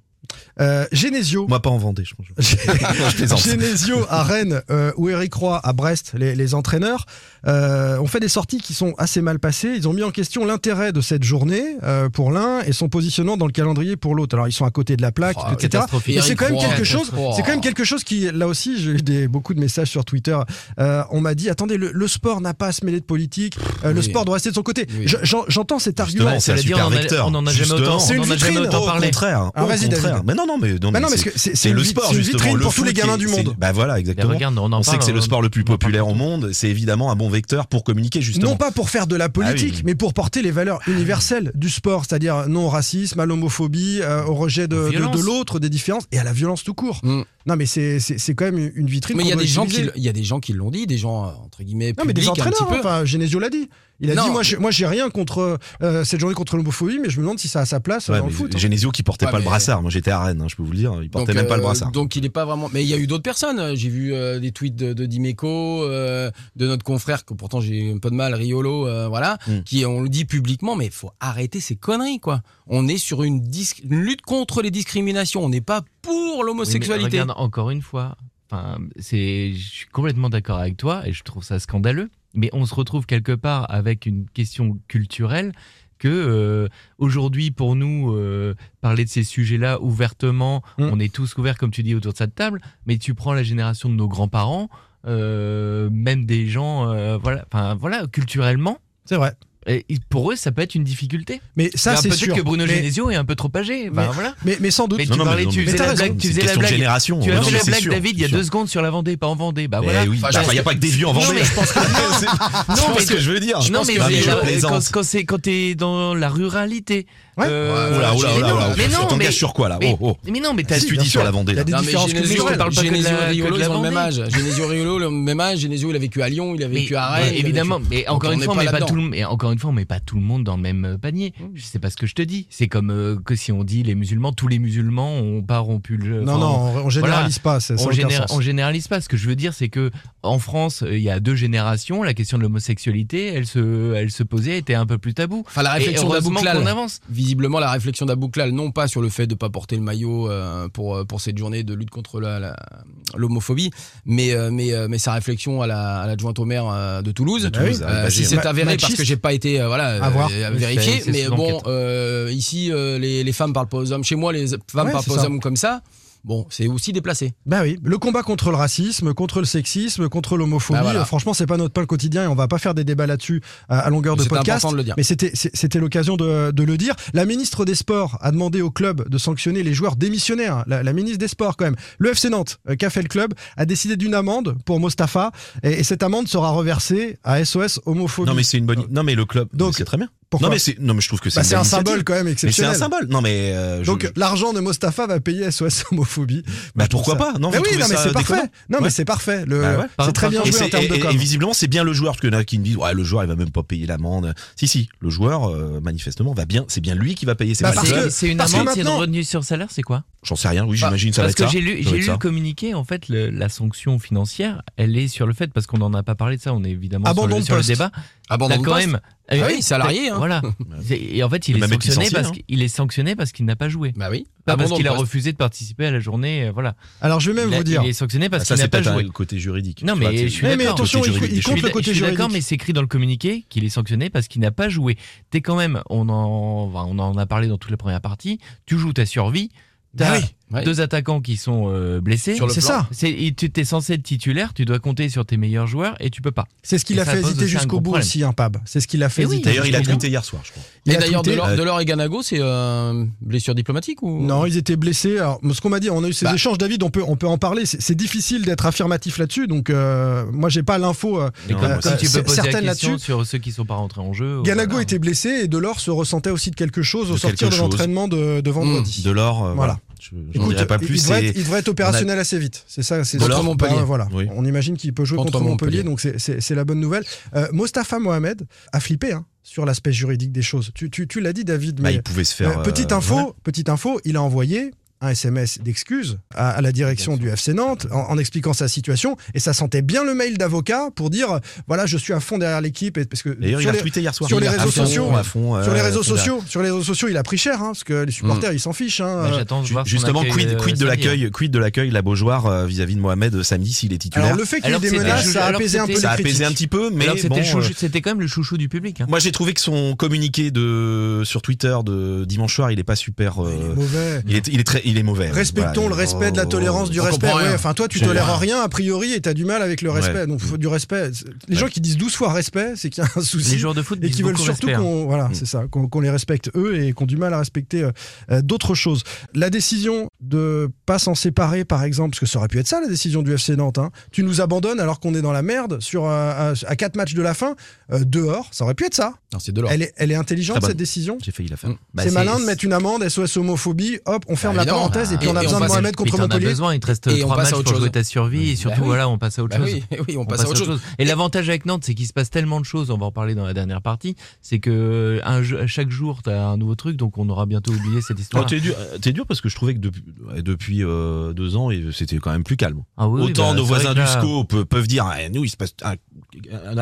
Euh, Genesio. Moi, pas en Vendée, je pense. Je plaisante. Genesio à Rennes euh, ou Eric Roy à Brest, les, les entraîneurs, euh, ont fait des sorties qui sont assez mal passées. Ils ont mis en question l'intérêt de cette journée euh, pour l'un et son positionnement dans le calendrier pour l'autre. Alors ils sont à côté de la plaque, Oh, etc. catastrophique. Ah, Et c'est Eric quand même Roy, quelque chose. catastrophe. C'est quand Oh. même quelque chose qui, là aussi, j'ai eu des, beaucoup de messages sur Twitter. Euh, on m'a dit attendez, le, le sport n'a pas à se mêler de politique. euh, Le Oui. sport doit rester de son côté. Oui. Je- j'en- J'entends cet argument. Justement, c'est un Cela dit, on super en a- vecteur. on en a jamais Justement. autant- C'est on une en a jamais vitrine, autant au parlé. Au contraire. Ah, au vas-y, contraire. David. Mais non, non, mais non, Bah mais non, mais c'est- c'est- c'est c'est une le vit- sport c'est une justement. vitrine le pour tous les foot gamins est- du c'est- monde. Bah voilà, Mais exactement. regarde, on en On sait parle, que c'est le on- sport le plus on en parle populaire au partout. monde. C'est évidemment un bon vecteur pour communiquer justement. Non pas pour faire de la politique, Ah oui. mais pour porter les Ah valeurs universelles du sport, c'est-à-dire non au racisme, à l'homophobie, euh, au rejet de, Aux de- violences. de l'autre, des différences, et à la violence tout court. Mm. Non mais c'est- c'est c'est quand même une vitrine. Mais il y a qu'on des gens doit qui, utiliser. le- il y a des gens qui l'ont dit, des gens euh, entre guillemets Non mais des publics, un entraîneurs, hein, petit peu. enfin Genesio l'a dit. Il a Non. dit moi je- moi j'ai rien contre euh, cette journée contre l'homophobie, mais je me demande si ça a sa place euh, Ouais, dans le mais foot. hein. Genesio qui portait Ouais, pas le mais- brassard. Moi, j'étais à Rennes, hein, je peux vous le dire. Il portait même pas le euh, brassard. Donc il est pas vraiment. Mais il y a eu d'autres personnes. J'ai vu euh, des tweets de, de Dimeco, euh, de notre confrère que pourtant j'ai un peu de mal, Riolo, euh, voilà, Mm. qui on le dit publiquement, mais il faut arrêter ces conneries quoi. On est sur une, dis- une lutte contre les discriminations. On n'est pas pour Oui, mais l'homosexualité. regarde, encore une fois, enfin, c'est, je suis complètement d'accord avec toi et je trouve ça scandaleux. Mais on se retrouve quelque part avec une question culturelle que euh, aujourd'hui pour nous euh, parler de ces sujets-là ouvertement, Mm. on est tous ouverts comme tu dis autour de cette table. Mais tu prends la génération de nos grands-parents, euh, même des gens, euh, voilà, enfin voilà, culturellement. hein. C'est vrai. et pour eux, ça peut être une difficulté. Mais ça Enfin, c'est peut-être sûr. que Bruno mais, Genesio est un peu trop âgé. Enfin, mais- voilà. mais- mais sans doute. Mais Non, tu non, mais parlais, non, tu mais faisais t'as la raison, blague, C'est tu une faisais la question de blague. génération. Tu Oh, Non, as fait mais la c'est blague, sûr, David, il y c'est a sûr. deux secondes sur la Vendée, pas en Vendée. Bah voilà. Eh oui, Enfin, bah, enfin, il n'y a pas que des vieux en Non, Vendée. mais je pense que- C'est- Non, tu vois mais- ce que je veux dire. Non, mais, Non, mais je euh, quand, plaisante. quand c'est quand t'es dans la ruralité. Ouais. euh, Oula, oula, mais oula, non, oula. Mais non, T'en mais, caches sur quoi là mais, Oh, oh. mais non, mais t'as Qu'est-ce que tu bien dis sur sûr. la Vendée Il y a là des Non, mais différences Genesio, culturelles, parle pas que de Genesio la- et Riolo, que de la ils ont le même Vendée. âge. Genesio et Riolo, le même âge. Genesio, il a vécu à Lyon, il a mais- vécu à mais Rennes. il a vécu- évidemment, mais encore on une n'est fois, on pas met pas là-dedans. tout le, mais encore une fois, on met pas tout le monde dans le même euh, panier. Je sais pas ce que je te dis. C'est comme euh, que si on dit les musulmans, tous les musulmans ont pas rompu le. Non enfin, non, on, on généralise pas. Ça, ça a on, aucun généra- sens. on généralise pas. Ce que je veux dire, c'est que en France, euh, il y a deux générations, la question de l'homosexualité, elle se, elle se posait, était un peu plus tabou. Ah, Enfin, la Et réflexion heureusement d'Abouklal. qu'on avance. visiblement la réflexion d'Abouklal, non pas sur le fait de ne pas porter le maillot euh, pour, euh, pour cette journée de lutte contre la- la- l'homophobie, mais, euh, mais, euh, mais sa réflexion à la- à l'adjointe au maire euh, de Ah Toulouse. bah De Toulouse, oui. à Euh, Alger, si hein. c'est Ma- avéré parce machiste. que j'ai pas été euh, voilà À euh, voir. euh, vérifié C'est- c'est mais sous bon enquête. euh, ici euh, les, les femmes parlent pas aux hommes chez moi les femmes Ouais, parlent c'est pas aux ça. hommes comme ça Bon, c'est aussi déplacé. Bah oui, le combat contre le racisme, contre le sexisme, contre l'homophobie, Bah voilà. euh, franchement, c'est pas notre pain quotidien et on va pas faire des débats là-dessus euh, à, à longueur de C'était podcast. important de le dire. Mais c'était c'est- c'était l'occasion de, de le dire. La ministre des Sports a demandé au club de sanctionner les joueurs démissionnaires. La, la ministre des Sports, quand même. Le FC Nantes, euh, qu'a fait le club, a décidé d'une amende pour Mostafa et, et cette amende sera reversée à SOS Homophobie. Non mais c'est une bonne. Non mais le club. Donc c'est très bien. pourquoi non mais c'est. Non mais je trouve que c'est. Bah, une c'est bonne un initiative. symbole quand même Mais c'est exceptionnel. un symbole. Non mais. euh, je- Donc l'argent de Mostafa va payer SOS homophobie. Bah, Je trouve pourquoi ça- pas Non, Bah vous oui, trouvez non mais ça c'est parfait. déconnant Non mais Ouais. c'est parfait. Le- Bah ouais. c'est très bien Et joué en c'est- termes et- de com. et visiblement, c'est bien le joueur, parce qu'il y en a qui me disent, ouais, le joueur, il va même pas payer l'amende. Si, si, le joueur, euh, manifestement, va bien, c'est bien lui qui va payer. C'est Bah, pas le parce club. que- C'est une parce que amende, c'est une maintenant- Bah, retenue sur salaire, c'est quoi J'en sais rien, oui, j'imagine, ça va Parce être ça. Ah, que j'ai lu, Ça va j'ai être lu ça. le communiqué, en fait, le- la sanction financière, elle est sur le fait, parce qu'on n'en a pas parlé de ça, on est évidemment sur Abandon le, de sur le poste. débat. Abandon T'as de quand poste. même. Ah oui, salarié, hein. Voilà. C'est- Et en fait, il Il est, m'a même sanctionné licencié, parce hein. qu'il est sanctionné parce qu'il n'a pas joué. Bah oui. Pas Abandon parce qu'il de a poste. refusé de participer à la journée, euh, voilà. Alors je vais même il a- vous dire. Il est sanctionné parce Ah, ça, qu'il c'est n'a pas peut-être un- joué. le côté juridique. Non, Tu vois, mais t'es- je suis Mais, mais d'accord. attention, Côté il, juridique il des compte choses. le Je côté suis juridique. d'accord, mais c'est écrit dans le communiqué qu'il est sanctionné parce qu'il n'a pas joué. T'es quand même, on en, enfin, on en a parlé dans toute la première partie, tu joues ta survie, t'as oui, ouais. deux attaquants qui sont euh, blessés. Sur le C'est plan. ça. C'est- et tu t'es censé être titulaire, tu dois compter sur tes meilleurs joueurs et tu peux pas. C'est ce qui Et l'a ça fait pose hésiter aussi un jusqu'au gros bout problème. aussi, un pab. C'est ce qui l'a fait Eh oui. hésiter. D'ailleurs, il a jusqu'au bout. tweeté hier soir, je crois. Il Et a d'ailleurs, tweeté- Delors, Delors et Ganago, c'est euh, blessure diplomatique ou Non, ils étaient blessés. Alors, ce qu'on m'a dit, on a eu ces Bah. échanges, David, on peut, on peut en parler. C'est c'est difficile d'être affirmatif là-dessus, donc euh, moi, j'ai pas l'info. euh, Et Non, comme, moi comme aussi. tu peux poser la certaines question là-dessus. sur ceux qui sont pas rentrés en jeu. Ganago voilà. était blessé et Delors se ressentait aussi de quelque chose au Oh, De sortir quelque de chose. l'entraînement de, de vendredi. De l'or, euh, Voilà. voilà. Je n'en Écoute, dirai pas il, plus. devrait c'est- être, il devrait être opérationnel assez vite. C'est ça, c'est Delors, Bah, Montpellier. voilà. Oui. On imagine qu'il peut jouer contre, Contre Montpellier. Montpellier, donc c'est- c'est c'est la bonne nouvelle. Euh, Mostafa Mohamed a flippé hein, sur l'aspect juridique des choses. Tu, tu, tu l'as dit, David. Bah, mais- il pouvait se faire. Euh, petite euh, info, voilà. petite info, il a envoyé un SMS d'excuses à, à la direction du FC Nantes en, en expliquant sa situation et ça sentait bien le mail d'avocat pour dire euh, voilà je suis à fond derrière l'équipe et parce que D'ailleurs, il sur a les- tweeté hier soir. sur les À réseaux fond, sociaux, à fond, euh, sur les réseaux à fond derrière. sociaux sur les réseaux sociaux il a pris cher hein, parce que les Mm. supporters ils s'en fichent hein. Moi, Bah, j'attends de voir son Justement, accueil, quid, euh, quid de samedi, hein. l'accueil, quid de l'accueil, la Beaujoire euh, vis-à-vis de Mohamed euh, samedi s'il est alors titulaire. le fait qu'il y ait Alors des que c'était- menaces ça a alors que apaisé un peu c'était- les Ça a apaisé critiques. un petit peu, mais Alors que c'était bon, le chouchou- euh, c'était quand même le chouchou du public. hein. Moi, j'ai trouvé que son communiqué de sur Twitter de dimanche soir, il est pas super. euh, Il est mauvais il est, il est très, il est mauvais. Respectons Voilà. le respect de la tolérance du on respect. comprend rien. ouais. enfin, toi, tu J'ai- tolères rien a priori et t'as du mal avec le respect. Ouais. Donc, faut du respect. Les gens qui disent 12 fois respect, c'est qu'il y a un souci. Les joueurs de foot et disent qui veulent beaucoup surtout respect, hein. qu'on voilà, Mm. c'est ça, qu'on qu'on les respecte eux et qu'on du mal à respecter euh, euh, d'autres choses. La décision de pas s'en séparer, par exemple, parce que ça aurait pu être ça la décision du FC Nantes. hein. Tu nous abandonnes alors qu'on est dans la merde sur euh, à, à quatre matchs de la fin euh, dehors. Ça aurait pu être ça. Non, c'est Delors. Elle est, elle est intelligente Très bonne. cette décision. J'ai failli la faire. Mm. Bah, c'est malin de mettre une amende, SOS homophobie, hop, on ferme la évidemment. parenthèse et puis Et- on a et on besoin de passe- Mohamed contre Puis t'en as Montpellier. besoin, il te reste Et on trois passe à matchs autre pour chose. jouer ta survie. Et surtout, Bah oui. voilà, on passe à autre Bah chose. oui, oui, on On passe à autre chose. Et l'avantage avec Nantes, c'est qu'il se passe tellement de choses, on va en parler dans la dernière partie, c'est que un jeu- chaque jour, tu as un nouveau truc, donc on aura bientôt oublié cette Oh, histoire. t'es dur, euh, t'es dur parce que je trouvais que depuis, ouais, depuis euh, deux ans, et c'était quand même plus calme. Ah oui, oui, Autant bah, nos c'est voisins vrai du que là, SCO pe- peuvent dire, Ah, nous, il se passe un, un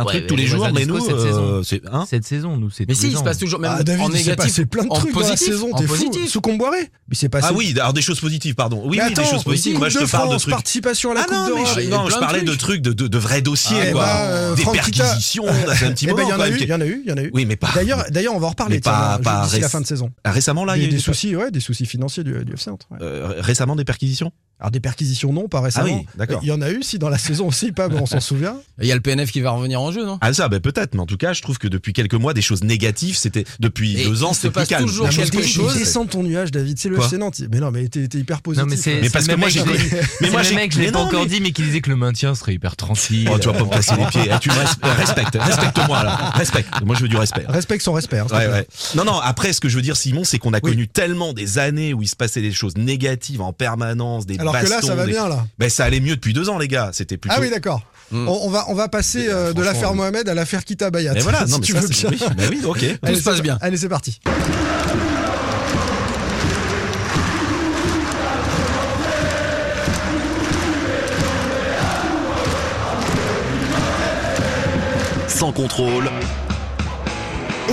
truc mais tous les, les jours, voisins mais du SCO, nous, cette euh, c'est hein Cette saison, nous, c'est Mais tous si, les il se ans. passe toujours, même Ah, David, en il s'est négatif, passé plein de en trucs dans la positif, saison, en t'es fou. positif. Sous Comboiré. Il s'est passé. Ah oui, alors des choses positives, pardon. Oui, Mais oui, attends, des choses positives. Coupe Moi, je de te parle de France, trucs. participation à la Ah Coupe non, mais d'Europe. je, il y a non, plein je de parlais de trucs. trucs, de, de, de vrais dossiers, Eh quoi. bah, euh, des Franck Kita- perquisitions, ça fait un petit Eh ben, moment. il y en quand a même, eu, qui- il y en a eu, il y en a eu. Oui, mais pas. D'ailleurs, d'ailleurs, on va en reparler Mais tiens, pas- je- pas d'ici la réc- fin de saison. Récemment, là, il y des, a eu des des per- soucis, ouais, des soucis financiers du, du FC Nantes. ouais. euh, récemment des perquisitions. Euh, Alors des perquisitions, non, pas récemment. oui, d'accord. Il y en a eu, si dans la saison aussi, pas, bon, on s'en souvient. Il y a le PNF qui va revenir en jeu, non Ah ça, ben peut-être, mais en tout cas, je trouve que depuis quelques mois, des choses négatives, c'était depuis Et deux ans, il se c'était plus passe calme. toujours La chose quelque positive, chose. c'est- Descends de ton nuage, David. C'est le Quoi FC Nantes. Mais non, mais t'es t'es hyper positif. Non, mais c'est Mais c'est parce le que même moi, mec, j'ai. je l'ai- Mais c'est moi, le j'ai. même mec, je l'ai mais pas non, encore mais- dit, mais qui disait que le maintien serait hyper tranquille. Oh, tu vas pas me casser les pieds. Eh, tu me res- euh, respectes, respecte-moi là. Respecte. Moi, je veux du respect. Respecte son respect. hein, s'il te Ouais, plaît. ouais. Non, non, après, ce que je veux dire, Simon, c'est qu'on a Oui. connu tellement des années où il se passait des choses négatives en permanence, des Alors que bastons. là, ça va des- bien, là. Ben, ça allait mieux depuis deux ans, les gars. C'était plutôt. Ah oui, d'accord. Hmm. On, on va, on va passer Mais, euh, euh, de franchement, l'affaire oui. Mohamed à l'affaire Kita Bayat. Mais voilà, si non, mais tu ça, veux c'est- bien. oui, ben oui, ok. Tout se c'est passe par- bien. Allez, c'est parti. Sans contrôle,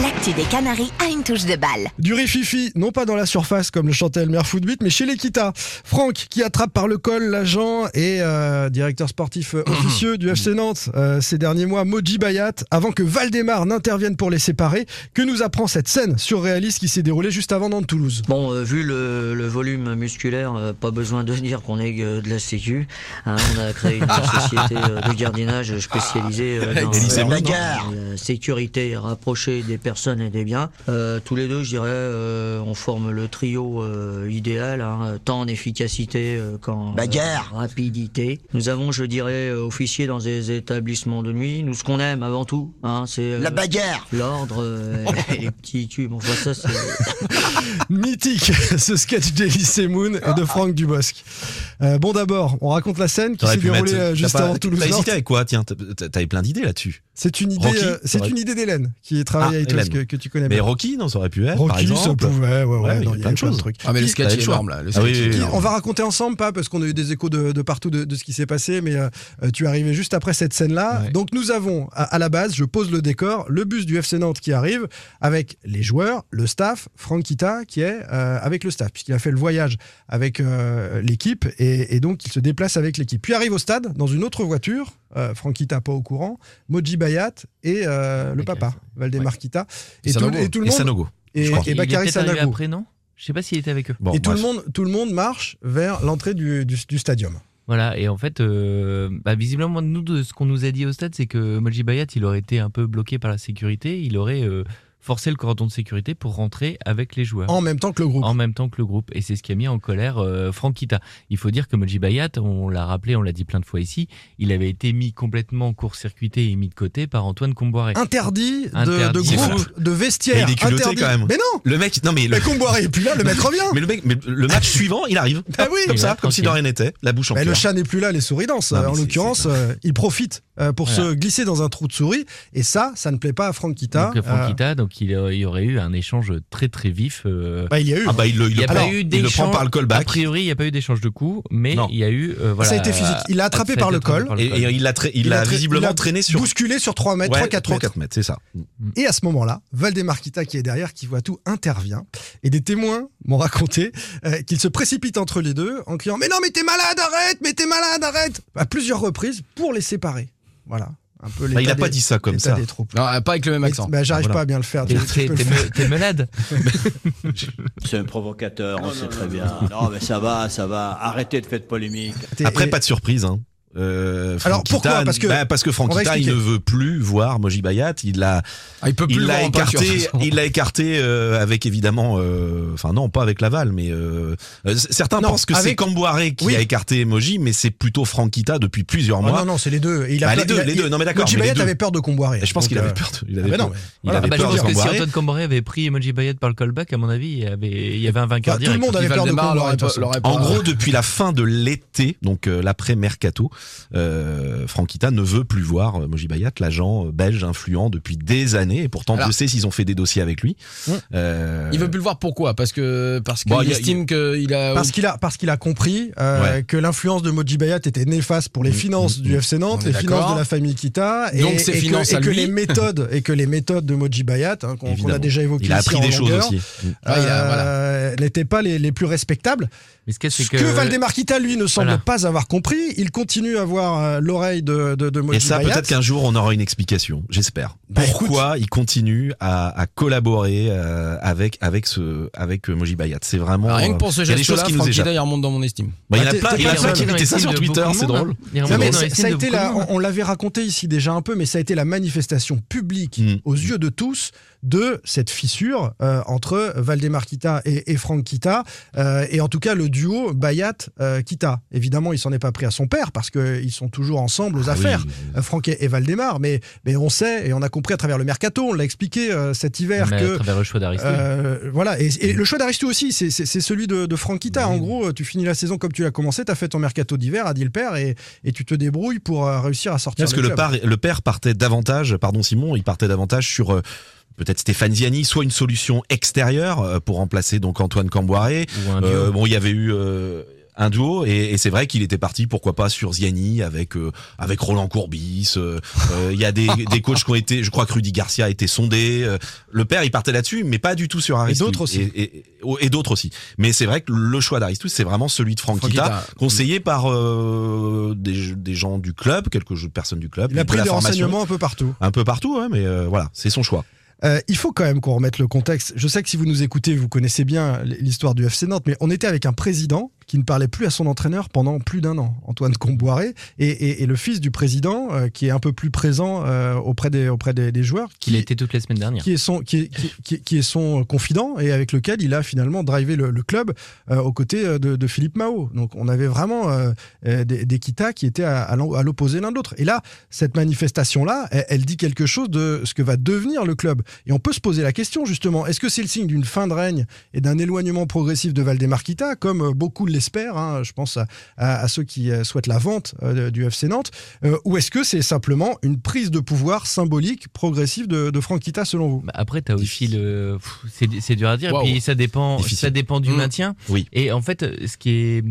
l'actu des Canaries a une touche de balle. Du rififi, non pas dans la surface comme le chantait Elmer Footbeat, mais chez l'Equita. Franck qui attrape par le col l'agent et euh, directeur sportif euh, officieux du FC Nantes euh, ces derniers mois, Moji Bayat, avant que Valdemar n'intervienne pour les séparer. Que nous apprend cette scène surréaliste qui s'est déroulée juste avant Nantes-Toulouse Bon, euh, vu le, le volume musculaire, euh, pas besoin de dire qu'on est euh, de la Sécu. hein. on a créé une société euh, de gardiennage spécialisée euh, dans Élysée dans Blanc. la sécurité rapprochée des personnes et des biens. Euh, tous les deux, je dirais, euh, on forme le trio euh, idéal, hein, tant en efficacité euh, qu'en euh, Bagarre. rapidité. Nous avons, je dirais, euh, officié dans des établissements de nuit. Nous, ce qu'on aime avant tout, hein, c'est euh, La bagarre. l'ordre euh, et les petits cubes. Enfin, ça, c'est Mythique, ce sketch d'Elysée Moon et de Franck Dubosc. Euh, bon d'abord, on raconte la scène qui T'aurais s'est pu déroulée mettre- euh, t'as juste pas- avant Toulouse. T'as Nantes. hésité avec quoi Tiens, t'as- t'as- t'avais plein d'idées là-dessus. C'est une idée, Rocky, euh, ça c'est aurait- une idée d'Hélène qui travaille avec toi, Hélène. que, que tu connais Mais bien. Rocky, non, ça aurait pu être. par Eh ben, Rocky, ça exemple. pouvait, ouais, ouais, Voilà, non, il y a plein de choses. trucs. Ah, mais le Qui- sketch T'avais est le choix. énorme là. Le Ah oui, sketch est oui, oui. énorme. On va raconter ensemble, pas parce qu'on a eu des échos de, de partout de, de ce qui s'est passé, mais euh, euh, tu es arrivé juste après cette scène-là. Ouais. Donc nous avons, à, à la base, je pose le décor, le bus du FC Nantes qui arrive avec les joueurs, le staff, Franck Kita qui est euh, avec le staff, puisqu'il a fait le voyage avec euh, l'équipe et, et donc il se déplace avec l'équipe. Puis arrive au stade dans une autre voiture, euh, Franck Kita pas au courant, Moji Bayat et euh, le Bakary papa, Sa- Valdemar Kita. Et, tout, Sanogo. et tout le Et monde. Sanogo. Et, je crois. et Il est Bakary peut-être arrivé Sanogo après, non Je sais pas s'il était avec eux. Bon, et tout le, bref. monde, tout le monde marche vers l'entrée du, du, du stadium. Voilà, et en fait, euh, bah, visiblement, nous, de ce qu'on nous a dit au stade, c'est que Moji Bayat, il aurait été un peu bloqué par la sécurité, il aurait euh, forcé le cordon de sécurité pour rentrer avec les joueurs. En même temps que le groupe. en même temps que le groupe. Et c'est ce qui a mis en colère euh, Franck Kita. Il faut dire que Moji Bayat, on l'a rappelé, on l'a dit plein de fois ici, il avait été mis complètement court-circuité et mis de côté par Antoine Comboiré. Ah, Interdit, de- de, Interdit. C'est groupe, de Mais vestiaire. il est culotté interdit. quand même. Mais non Le mec, non mais le, Mais Comboiré est plus là, le mec revient mais le mec, mais le match suivant, il arrive. Bah oui Comme Il ça, reste comme si de rien tranquille. n'était, la bouche en Mais le cœur. chat n'est plus là, les souris dansent. Non, mais en c'est- l'occurrence, c'est- euh, il profite euh, pour Voilà. se glisser dans un trou de souris. Et ça, ça ne plaît pas à Franck Kita. Donc, Franck Euh, Kita, donc il, euh, il y aurait eu un échange très très vif. euh, bah, il y a eu. Ah bah il le, il Il le n'y a prend, pas eu il le prend d'échange. par le A callback et, priori, il n'y a pas eu d'échange de coups, mais Non. il y a eu. euh, voilà, Ça a été physique. Il l'a euh, attrapé ça a par été le attrapé col. par le et il l'a tra- il l'a tra- il visiblement a traîné sur Bousculé sur 3 mètres, Ouais, 3-4 mètres. 3-4 mètres, c'est ça. Et à ce moment-là, Valdemar Kita, qui est derrière, qui voit tout, intervient. Et des témoins m'ont raconté euh, qu'il se précipite entre les deux en criant Mais non, mais t'es malade, arrête Mais t'es malade, arrête À plusieurs reprises pour les séparer. Voilà. Un peu Bah, il l'état a pas des- dit ça comme l'état ça. des troupes. Non, pas avec le même accent. Bah, J'arrive Voilà. pas à bien le faire. T'es- donc tu T'es peux le t'es faire. me- t'es malade C'est un provocateur, on sait très bien. Non, mais ça va, ça va. Arrêtez de faire de polémique. T'es- Après et- pas de surprise hein. Euh, Alors, Franck pourquoi Kita- Parce que- bah, parce que Franck on va Kita, il ne expliquer. veut plus voir Moji Bayat, il l'a Ah, il peut plus il le voir l'a en peinture, de toute écarté, façon. il l'a écarté euh, avec évidemment, euh, enfin non, pas avec Laval, mais euh, euh, c- certains Non, pensent que c'est avec- Camboiré qui Oui. a écarté Emoji, mais c'est plutôt Franquita depuis plusieurs Ah mois. non, non, c'est les deux. Et il a Bah, peur- les deux, il a- les il- deux. Non, mais d'accord, Moji mais les Bayat deux. avait peur de Comboiré. Et je pense Donc, qu'il avait euh, peur. de- Il ah avait bah non, peur, mais- il voilà. avait Bah, Je peur pense de que si Camboiré. Antoine Comboré avait pris Moji Bayat par le callback, à mon avis, il y avait, il y avait un Bah, vainqueur tout le direct. monde avait Puis peur de Valdemar Comboiré. l'aurait de toute pas- façon. l'aurait pas- En gros, depuis la fin de l'été, donc euh, l'après mercato, euh, Franquita ne veut plus voir euh, Moji Bayat, l'agent euh, belge influent depuis des années. Et pourtant, Alors- Dieu sait s'ils ont fait des dossiers avec lui. Mmh. Euh, Il veut plus le voir pourquoi Parce que parce qu'il Bon, il y a- estime qu'il Ah a. Parce qu'il a, parce qu'il a compris euh, que l'influence de Moji Bayat était néfaste pour les Mm, finances mm, du mm. FC Nantes, On est les finances d'accord. de la famille Kita, et, Donc ses et que- finances et à que, lui. les méthodes et que les méthodes de Moji Bayat hein, qu'on- qu'on a Évidemment. déjà évoquées. il a ici appris en des choses longueur, aussi. Mmh. Ouais, il a- euh, n'étaient pas les, les plus respectables. Mais ce qu'il y a, Ce c'est que, Valdemar Kita, lui, ne semble Voilà. pas avoir compris. Il continue à avoir euh, l'oreille de, de, de Moji Et ça, Bayat. peut-être qu'un jour, on aura une explication, j'espère. Bah, Pourquoi il continue à, à collaborer euh, avec avec ce avec euh, Moji Bayat C'est vraiment Rien que pour euh, ce il y a des choses geste-là, qui nous Franck échappent. Hida, il remonte dans mon estime. Bah, il y en Ah, a t'es- plein, t'es il y en a pas plein seul. qui mettaient ça sur Twitter, c'est drôle. Non, mais dans ça les ça a signes de été la, beaucoup de on, monde. hein. on l'avait raconté ici déjà un peu, mais ça a été la manifestation publique Mm. aux yeux de tous de cette fissure euh, entre Valdemar Kita et, et Franck Kita, euh, et en tout cas le duo Bayat-Kita. Évidemment, il s'en est pas pris à son père parce qu'ils sont toujours ensemble aux Ah oui. affaires, euh, Franck et, et Valdemar, mais, mais on sait et on a compris à travers le mercato, on l'a expliqué euh, cet hiver Mais que. à travers le choix d'Aristo. euh, voilà, et, et le choix d'Aristou aussi, c'est c'est- c'est celui de, de Franck Kita. En gros, tu finis la saison comme tu l'as commencé, tu as fait ton mercato d'hiver, a dit le père, et, et tu te débrouilles pour euh, réussir à sortir. Parce que le, club. par- le père partait davantage, pardon Simon, il partait davantage sur euh, peut-être Stéphane Ziani, soit une solution extérieure euh, pour remplacer donc Antoine Camboiré. Ou un duo. Euh, bon, il y avait eu euh, un duo et, et c'est vrai qu'il était parti pourquoi pas sur Ziani avec euh, avec Roland Courbis euh, euh, il y a des, des coachs qui ont été je crois que Rudy Garcia a été sondé euh, le père il partait là-dessus mais pas du tout sur Aristote d'autres aussi. et, et- et d'autres aussi mais c'est vrai que le choix d'Aristote c'est vraiment celui de Franck Franck Kita, Kita. conseillé par euh, des, des gens du club quelques personnes du club Il a de pris la des formation. renseignements un peu partout. un peu partout ouais, mais euh, voilà c'est son choix Euh, il faut quand même qu'on remette le contexte. Je sais que si vous nous écoutez, vous connaissez bien l- l'histoire du FC Nantes, mais on était avec un président qui ne parlait plus à son entraîneur pendant plus d'un an, Antoine Comboiré, et, et- et le fils du président, euh, qui est un peu plus présent euh, auprès des, auprès des, des joueurs, qui, Qu'il était toute la semaine dernière. qui est son qui est, qui, qui- qui est son confident et avec lequel il a finalement drivé le, le club euh, aux côtés euh, de, de Philippe Mao. Donc on avait vraiment euh, euh, des, des Kita qui étaient à, à l'en- à l'opposé l'un de l'autre. Et là, cette manifestation là, elle, elle dit quelque chose de ce que va devenir le club. Et on peut se poser la question justement est-ce que c'est le signe d'une fin de règne et d'un éloignement progressif de Valdemar Kita, comme euh, beaucoup l'espèrent hein, Je pense à, à- à ceux qui euh, souhaitent la vente euh, du FC Nantes. Euh, ou est-ce que c'est simplement une prise de pouvoir symbolique progressive de, de Franck Kita selon vous Bah, Après, t'as aussi le. pff, C'est c'est dur à dire. Waouh. Puis ça dépend, Difficile. ça dépend du Mm. maintien. Oui. Et en fait, ce qui est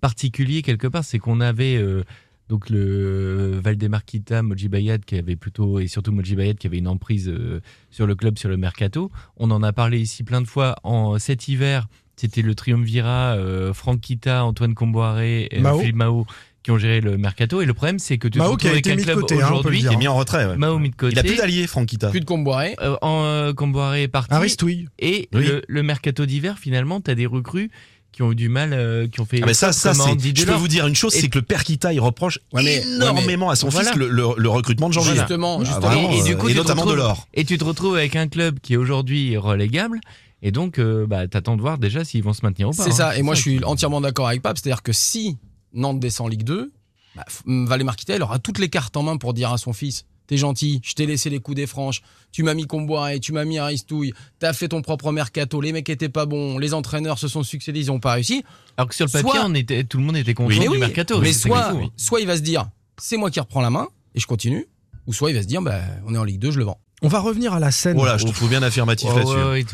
particulier quelque part, c'est qu'on avait euh, donc le Valdemar Kita, Moji Bayad qui avait plutôt et surtout Moji Bayad qui avait une emprise euh, sur le club, sur le mercato. On en a parlé ici plein de fois en cet hiver. C'était le Triumvirat, euh, Franck Kita, Antoine Comboiré, et Mao. Philippe Mao qui ont géré le mercato. Et le problème, c'est que tu te Mao qui retrouves a avec été un mis de club côté, hein, on peut le aujourd'hui dire. il est mis en retrait ouais. Mao mis de côté. il a plus d'alliés Franck Kita Plus de Comboiré. Euh, en euh, Comboiré est parti. Harris Touy. Et Oui. le, le mercato d'hiver, finalement, tu as des recrues qui ont eu du mal, euh, qui ont fait. Ah mais ça, comme ça c'est. Andy Je peux Delors. vous dire une chose, Et- c'est que le père Kita, il reproche Ouais, mais- énormément ouais, mais- à son Voilà. fils le, le- le recrutement de jean julien Justement, justement. Ah, euh, et, du coup, euh, et tu te notamment retrouves- de l'or. Et tu te retrouves avec un club qui est aujourd'hui relégable. Et donc, euh, bah, t'attends de voir déjà s'ils vont se maintenir ou pas. C'est hein. ça, et moi je suis entièrement d'accord avec Pape, c'est-à-dire que si Nantes descend en Ligue 2, bah, F- Valémar Quittet, il aura toutes les cartes en main pour dire à son fils T'es gentil, je t'ai laissé les coups des franches, tu m'as mis Comboiré, tu m'as mis Aristouille, t'as fait ton propre mercato, les mecs étaient pas bons, les entraîneurs se sont succédés, ils ont pas réussi. Alors que sur le papier, Soit- on était, tout le monde était content mais du oui, mercato. Mais c'est ça qui est soit, fou, hein. soit il va se dire C'est moi qui reprends la main et je continue, ou soit il va se dire bah, On est en Ligue 2, je le vends. On va revenir à la scène. Voilà, je te trouve bien affirmatif Oh, Ouais, là-dessus. ouais, ouais.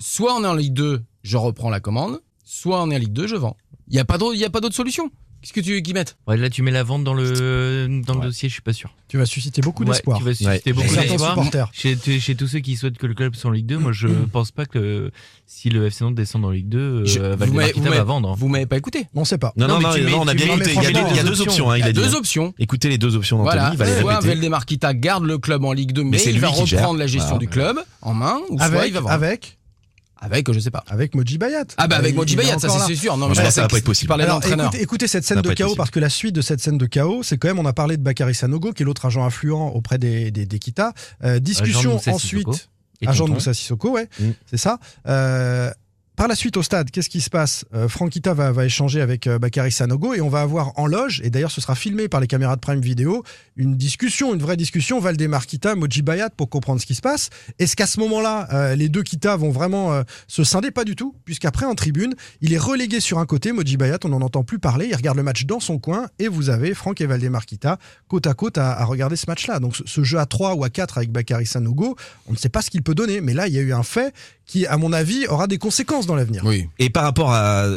soit on est en Ligue 2, je reprends la commande, soit on est en Ligue 2, je vends. Il n'y a pas d'autre il y a pas d'autre solution. Qu'est-ce que tu veux qu'ils mettent Ouais, là, tu mets la vente dans le, dans le dossier, je suis pas sûr. Tu vas susciter beaucoup Ouais, d'espoir. Qui va susciter Ouais. beaucoup Certains d'espoir. supporters. Chez, t- chez tous ceux qui souhaitent que le club soit en Ligue 2, moi je pense pas que si le FC Nantes descend en Ligue 2, euh, Mm-hmm. Je- vous Valdemar m'avez- vous Kita va m'avez- vendre. hein. vous m'avez pas écouté. On sait pas. Non, non, mais non, tu mets- non, on a tu bien mets- écouté. tu Il y a mets deux- les il y a deux options, hein, Il y il a a dit. deux hein. options. Écoutez les deux options d'Anthony, Voilà, il va les soit répéter. Valdemar Kita garde le club en Ligue 2, mais, c'est il lui va qui gère. Ah. reprendre la gestion Voilà. du club en main, ou soit il Avec, va vendre. avec, Avec, je sais pas. avec Moji Bayat. Ah bah avec Il- Moji il est Bayat, ça encore c'est c'est là. sûr. Non, Ouais, mais je ça pensais va que pas être possible. Tu parlais Alors, d'entraîneur. écoutez, écoutez cette Ça scène va de pas être chaos possible. parce que la suite de cette scène de chaos, c'est quand même, on a parlé de Bakary Sanogo, qui est l'autre agent influent auprès des, des, des Kita. Euh, discussion Moussa Sissoko. ensuite. Et agent de Tonton. Moussa Sissoko, ouais, Mm. c'est ça. Euh, par la suite, au stade, qu'est-ce qui se passe Euh, Franck Kita va, va échanger avec euh, Bakary Sanogo et on va avoir en loge, et d'ailleurs ce sera filmé par les caméras de Prime Vidéo, une discussion, une vraie discussion, Valdemar Kita, Moji Bayat, pour comprendre ce qui se passe. Est-ce qu'à ce moment-là, euh, les deux Kita vont vraiment euh, se scinder Pas du tout, puisqu'après, en tribune, il est relégué sur un côté, Moji Bayat, on n'en entend plus parler, il regarde le match dans son coin, et vous avez Franck et Valdemar Kita côte à côte à, à regarder ce match-là. Donc ce, ce jeu à 3 ou à 4 avec Bakary Sanogo, on ne sait pas ce qu'il peut donner, mais là, il y a eu un fait qui, à mon avis, aura des conséquences dans l'avenir. Oui. Et par rapport à,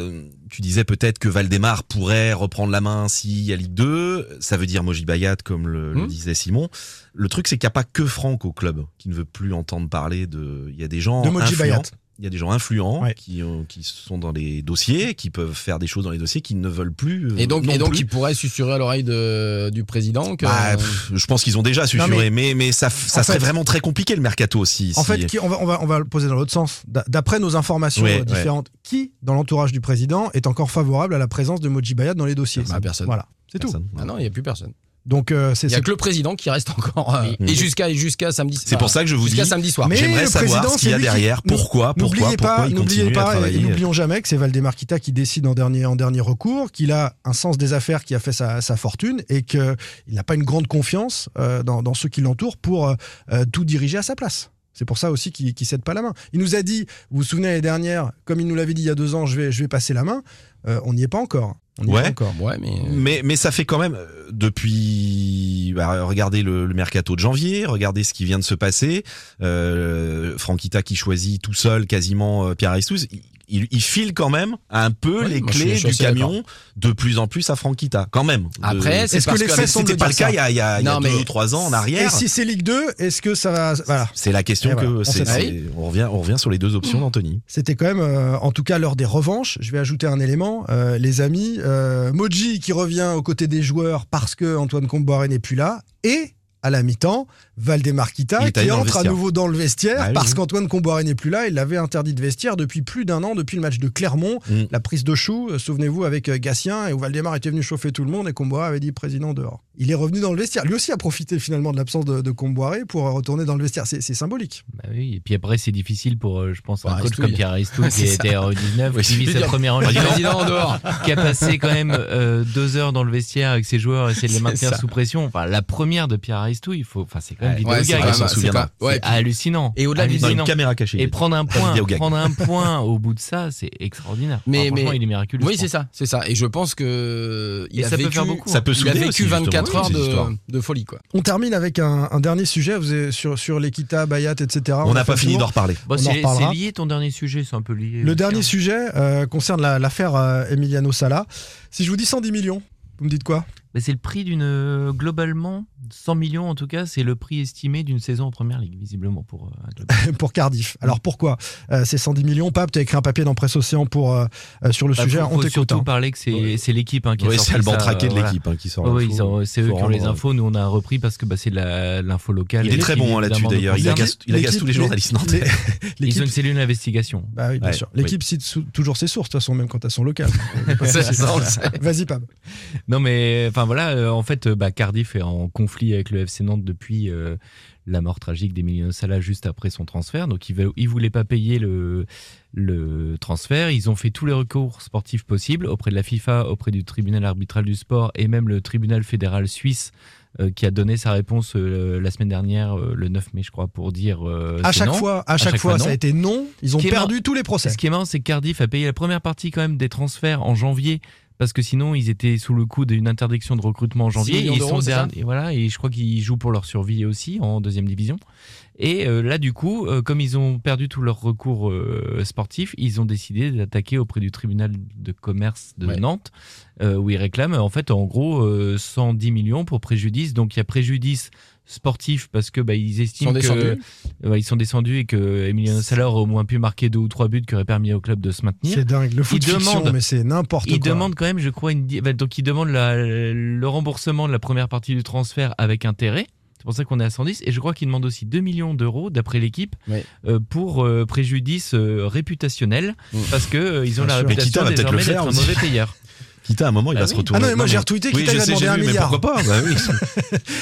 tu disais peut-être que Valdemar pourrait reprendre la main s'il y a Ligue 2, ça veut dire Moji Bayat comme le, le Hmm. disait Simon. Le truc c'est qu'il n'y a pas que Franck au club qui ne veut plus entendre parler de. Il y a des gens De Moji influents. Bayat. Il y a des gens influents Ouais. qui, ont- qui sont dans les dossiers, qui peuvent faire des choses dans les dossiers, qui ne veulent plus. euh, Et donc, non et donc plus. il pourrait susurrer à l'oreille de- du président que. Bah, pff, je pense qu'ils ont déjà susurré, mais, mais, ça, f- ça en serait fait- vraiment très compliqué le mercato aussi. En si- fait, qui- on, va, on, va, on va le poser dans l'autre sens. D'a- D'après nos informations Ouais, euh, ouais. différentes, qui, dans l'entourage du président, est encore favorable à la présence de Moji Bayat dans les dossiers Bah, Ça- personne. Voilà, c'est tout. Personne. Ah non, il n'y a plus personne. Donc, euh, Il c'est n'y a c'est- que le président qui reste encore. euh, Oui. Et jusqu'à jusqu'à samedi C'est pour ça que je vous dis. Bah, Jusqu'à samedi soir. Mais J'aimerais le savoir président, ce qu'il y a c'est lui qui- derrière, pourquoi, pourquoi, N'oubliez pourquoi pas, il n'oubliez continue à pas, et travailler. n'oublions jamais que c'est Valdemar Kita qui décide en dernier, en dernier recours, qu'il a un sens des affaires qui a fait sa, sa fortune et qu'il n'a pas une grande confiance euh, dans, dans ceux qui l'entourent pour euh, euh, tout diriger à sa place. C'est pour ça aussi qu'il ne cède pas la main. Il nous a dit, vous vous souvenez l'année dernière, comme il nous l'avait dit il y a deux ans, je vais, je vais passer la main. Euh, on n'y est pas encore. On n'y Ouais. est pas encore. Ouais, mais. Mais, mais ça fait quand même euh, depuis. bah, regardez le, le mercato de janvier, regardez ce qui vient de se passer. Euh, Franquita qui choisit tout seul quasiment euh, Pierre Aristouz. Il- il, il file quand même un peu Oui, les moi, je suis- clés je suis du assez camion de plus en plus à Franquita, quand même. De- Après, c'est est-ce que parce les que- faits Alexandre c'était de pas le dire cas hein, il y ça. a, il y a- il y a Non, deux mais- ou trois ans en Et arrière si c'est Ligue 2, est-ce que ça va. Voilà. C'est la question Eh Et que voilà, on c'est, sait pas. c'est- on revient, on revient sur les deux options d'Anthony. C'était quand même, euh, en tout cas, l'heure des revanches. Je vais ajouter un élément, euh, les amis. Euh, Moji qui revient aux côtés des joueurs parce que Antoine Comboiré n'est plus là. Et à la mi-temps, Il Valdemarquita est allé qui dans le entre à vestiaire. nouveau dans le vestiaire Ah oui, parce oui. qu'Antoine Comboiré n'est plus là. Il l'avait interdit de vestiaire depuis plus d'un an, depuis le match de Clermont. Mm. La prise de chou, euh, souvenez-vous, avec euh, Gatien et où Valdemar était venu chauffer tout le monde et Comboiré avait dit président dehors. Il est revenu dans le vestiaire. Lui aussi a profité finalement de l'absence de, de Comboiré pour euh, retourner dans le vestiaire. C'est c'est symbolique. Bah oui, et puis après, c'est difficile pour, euh, je pense, un Pour coach Aristouille. comme Pierre Aristouille qui C'est était ça. en 19, Oui, qui vit c'est sa dur. première en Ligue Président un, dehors. qui a passé quand même euh, deux heures dans le vestiaire avec ses joueurs, essayer de les C'est maintenir ça. sous pression. Enfin, la première de Pierre Aristouille, il faut, enfin, c'est quand même Ouais, vidéo c'est gag. quand même- hein, c'est c'est quand- ouais, c'est puis- hallucinant. Et au-delà du- Hallucinant. Dans une caméra cachée, Et il prendre un y a point, vidéo gag. prendre un point au bout de ça, c'est extraordinaire. Enfin, franchement, il est miraculeux. Oui, je c'est ça, c'est ça. Et je pense que il Et a ça peut vécu, faire beaucoup, Ça hein. peut il a souder vécu aussi, justement. 24 Oui, heures ces histoires. de, de folie, quoi. On termine avec un, un dernier sujet vous avez- sur, sur l'Equita, Bayat, etc. Ah, On n'a a fait pas le fini tour. d'en reparler. pense. Bon, on en c'est reparlera. c'est lié ton dernier sujet, c'est un peu lié. Le aussi, dernier hein. sujet euh, concerne la- l'affaire euh, Emiliano Sala. Si je vous dis 110 millions, vous me dites quoi Bah, c'est le prix d'une euh, globalement 100 millions en tout cas, c'est le prix estimé d'une saison en première ligue visiblement pour euh, un club. Pour Cardiff. Alors pourquoi euh, ces 110 millions Pape, tu as écrit un papier dans Presse Océan pour, euh, euh, sur le Bah, sujet. faut- on faut t'écoute. surtout hein. parler que c'est c'est l'équipe hein, qui a Ouais, sorti c'est le banc ça, traqué de voilà. l'équipe hein, qui sort. Ouais, ouais, l'info. ils ont- c'est eux Faut qui ont les rendre- infos. Nous, on a repris parce que bah, c'est de la- l'info locale. Il est très bon hein, là-dessus évidemment, nous d'ailleurs. Il concerne. agace, il agace L'équipe- tous les journalistes nantais. l'é- Ils ont L'équipe une cellule d'investigation. bah oui, bien Ouais, sûr. oui. L'équipe cite sou- toujours ses sources, de toute façon, même quand elles sont locales. C'est ça, on le sait. Vas-y, Pape. Non, mais enfin voilà, euh, en fait, euh, bah, Cardiff est en conflit avec le FC Nantes depuis euh, la mort tragique d'Emiliano Sala juste après son transfert. Donc, ils ne voulaient pas payer le, le transfert. Ils ont fait tous les recours sportifs possibles auprès de la FIFA, auprès du tribunal arbitral du sport et même le tribunal fédéral suisse. euh, qui a donné sa réponse euh, la semaine dernière, euh, le 9 mai, je crois, pour dire. euh, À c'est chaque, non. fois, à chaque fois, ça non. a été non. Ils ont Ce qui est perdu tous les Et procès. Ce qui est marrant, c'est que Cardiff a payé la première partie quand même des transferts en janvier. Parce que sinon, ils étaient sous le coup d'une interdiction de recrutement en janvier. Six millions Et ils d'euros, c'est derni- et voilà, et je crois qu'ils jouent pour leur survie aussi en deuxième division. Et euh, là, du coup, euh, comme ils ont perdu tout leur recours euh, sportif, ils ont décidé d'attaquer auprès du tribunal de commerce de Ouais. Nantes, euh, où ils réclament en fait, en gros, euh, 110 millions pour préjudice. Donc il y a préjudice sportif parce que bah, ils Ils sont estiment que descendus. Ouais, Euh, ils sont descendus et que Emiliano Sala aurait au moins pu marquer deux ou trois buts qui auraient permis au club de se maintenir. C'est dingue. Le foot Ils fiction, demandent- mais c'est n'importe quoi. Ils demandent quand même, je crois, une... di- bah, donc ils demandent la- le remboursement de la première partie du transfert avec intérêt. C'est pour ça qu'on est à 110. Et je crois qu'ils demandent aussi 2 millions d'euros, d'après l'équipe, Ouais. euh, pour euh, préjudice euh, réputationnel. Mmh. Parce qu'ils ils ont Bien la sûr. Mais Kita réputation va peut-être le désormais faire d'être un aussi. mauvais payeur. Quitte à un moment, il Bah va se oui. retourner. Ah non, mais moi, j'ai retweeté oui, Kita, je il a sais, demandé j'ai un vu, mais milliard. pourquoi pas bah oui.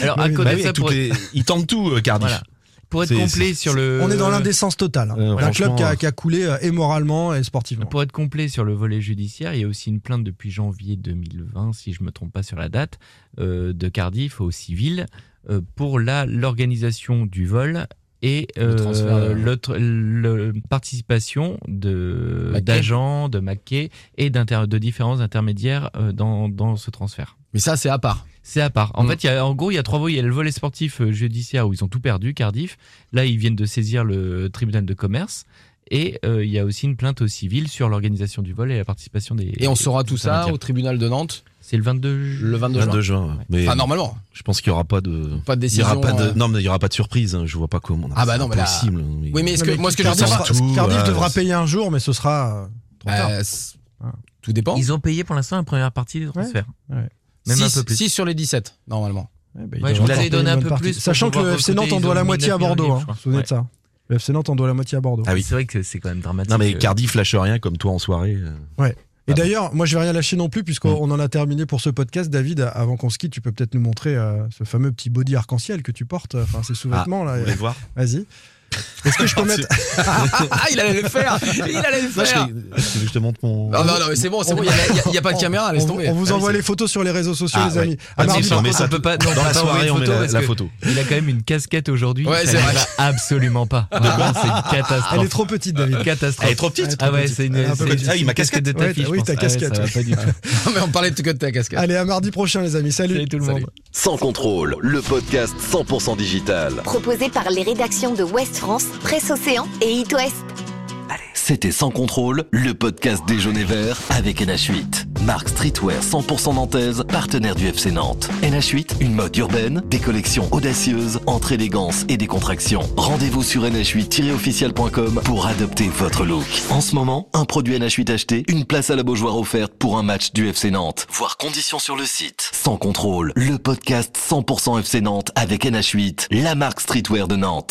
Alors, à Bah connaître oui, ça, toutes pour, les- Ils tentent tout, euh, Cardiff. voilà. Pour être C'est- complet sur le. On est dans l'indécence totale. hein. Euh, un club franchement, qui euh, a, qui a coulé euh, et moralement et sportivement. Pour être complet sur le volet judiciaire, il y a aussi une plainte depuis janvier 2020, si je ne me trompe pas sur la date, euh, de Cardiff au civil euh, pour la l'organisation du vol et euh, transfert de- le tr- le- participation de Mackay. d'agents, de Mackay et d'inter- de différents intermédiaires euh, dans, dans ce transfert. Mais ça, c'est à part. C'est à part. En Mm. fait, il y a, en gros, il y a trois voies. Il y a le volet sportif euh, judiciaire où ils ont tout perdu, Cardiff. Là, ils viennent de saisir le tribunal de commerce. Et euh, il y a aussi une plainte au civil sur l'organisation du vol et la participation des. Et on saura des tout ça intermédiaires. au tribunal de Nantes C'est le 22 ju- le 22 juin. 22 juin. ouais. Mais Enfin, normalement, je pense qu'il y aura pas de. pas de Il y Ah, décision. aura pas de. euh, Non, mais il y aura pas de surprise. hein, Je vois pas comment. Ah bah c'est non, mais là- impossible. hein, Oui, mais est-ce Non, que mais moi, ce que je veux Cardiff, dire, Cardiff- sera- partout, Cardiff voilà, devra c'est- payer un jour, mais ce sera. euh, trop tard. bah, c'est- tout dépend. Ils ont payé pour l'instant la première partie des transferts. ouais. Même Six- un peu plus. six sur les 17, normalement. Ouais, bah, il Ouais, doit je vous encore avais donné payer un une peu bonne plus partie. pour Sachant que pouvoir le FC Nantes recruter, en ils doit ont la mis moitié à 9 millions Bordeaux. de hein. livres, je crois. Souvenez de Ouais. ça. Le FC Nantes en doit la moitié à Bordeaux. Ah oui. C'est vrai que c'est quand même dramatique. Non, mais euh, Cardiff lâche rien comme toi en soirée. euh. Ah Et d'ailleurs, moi je vais rien lâcher non plus, puisqu'on Mm. on en a terminé pour ce podcast. David, avant qu'on se quitte, tu peux peut-être nous montrer euh, ce fameux petit body arc-en-ciel que tu portes, euh, enfin ces sous-vêtements Vous là. voulez voir Vas-y. Est-ce que je peux Ah, mettre. Ah, il allait le faire Il allait le Non, je faire te- je te montre mon. Ah, Non, non, non, mais c'est bon, c'est bon, il n'y a, pas de caméra, laisse on, tomber. on vous Ah oui, envoie c'est- les photos sur les réseaux sociaux, Ah, les ouais. amis. Ah, À mais mardi, ça, on met ça peut pas- non, on Dans peut la pas envoyer soirée, une on met photo la- parce la que- photo. Il a quand même une casquette aujourd'hui. Ouais, Ça c'est lui vrai. va Absolument pas. Vraiment, c'est une catastrophe. Elle est trop petite, Ah, David. catastrophe. Elle est trop petite. Ah ouais, c'est une. Elle est un peu c'est- petite. Ah, il m'a c'est une casquette. de ta Ouais, fille, je oui, pense. ta Ah ouais, casquette, ça va ouais. pas du tout. Non, mais on parlait de que de ta casquette. Allez, à mardi prochain, les amis. Salut tout le monde. Sans contrôle, le podcast 100% digital. Proposé par les rédactions de Ouest France, Presse Océan et It West. C'est C'était Sans Contrôle, le podcast Déjeuner Vert avec NH8. Marque Streetwear 100% nantaise, partenaire du FC Nantes. NH8, une mode urbaine, des collections audacieuses, entre élégance et décontraction. Rendez-vous sur nh8-officiel.com pour adopter votre look. En ce moment, un produit NH8 acheté, une place à la Beaujoire offerte pour un match du FC Nantes. Voir conditions sur le site. Sans Contrôle, le podcast 100% FC Nantes avec NH8, la marque Streetwear de Nantes.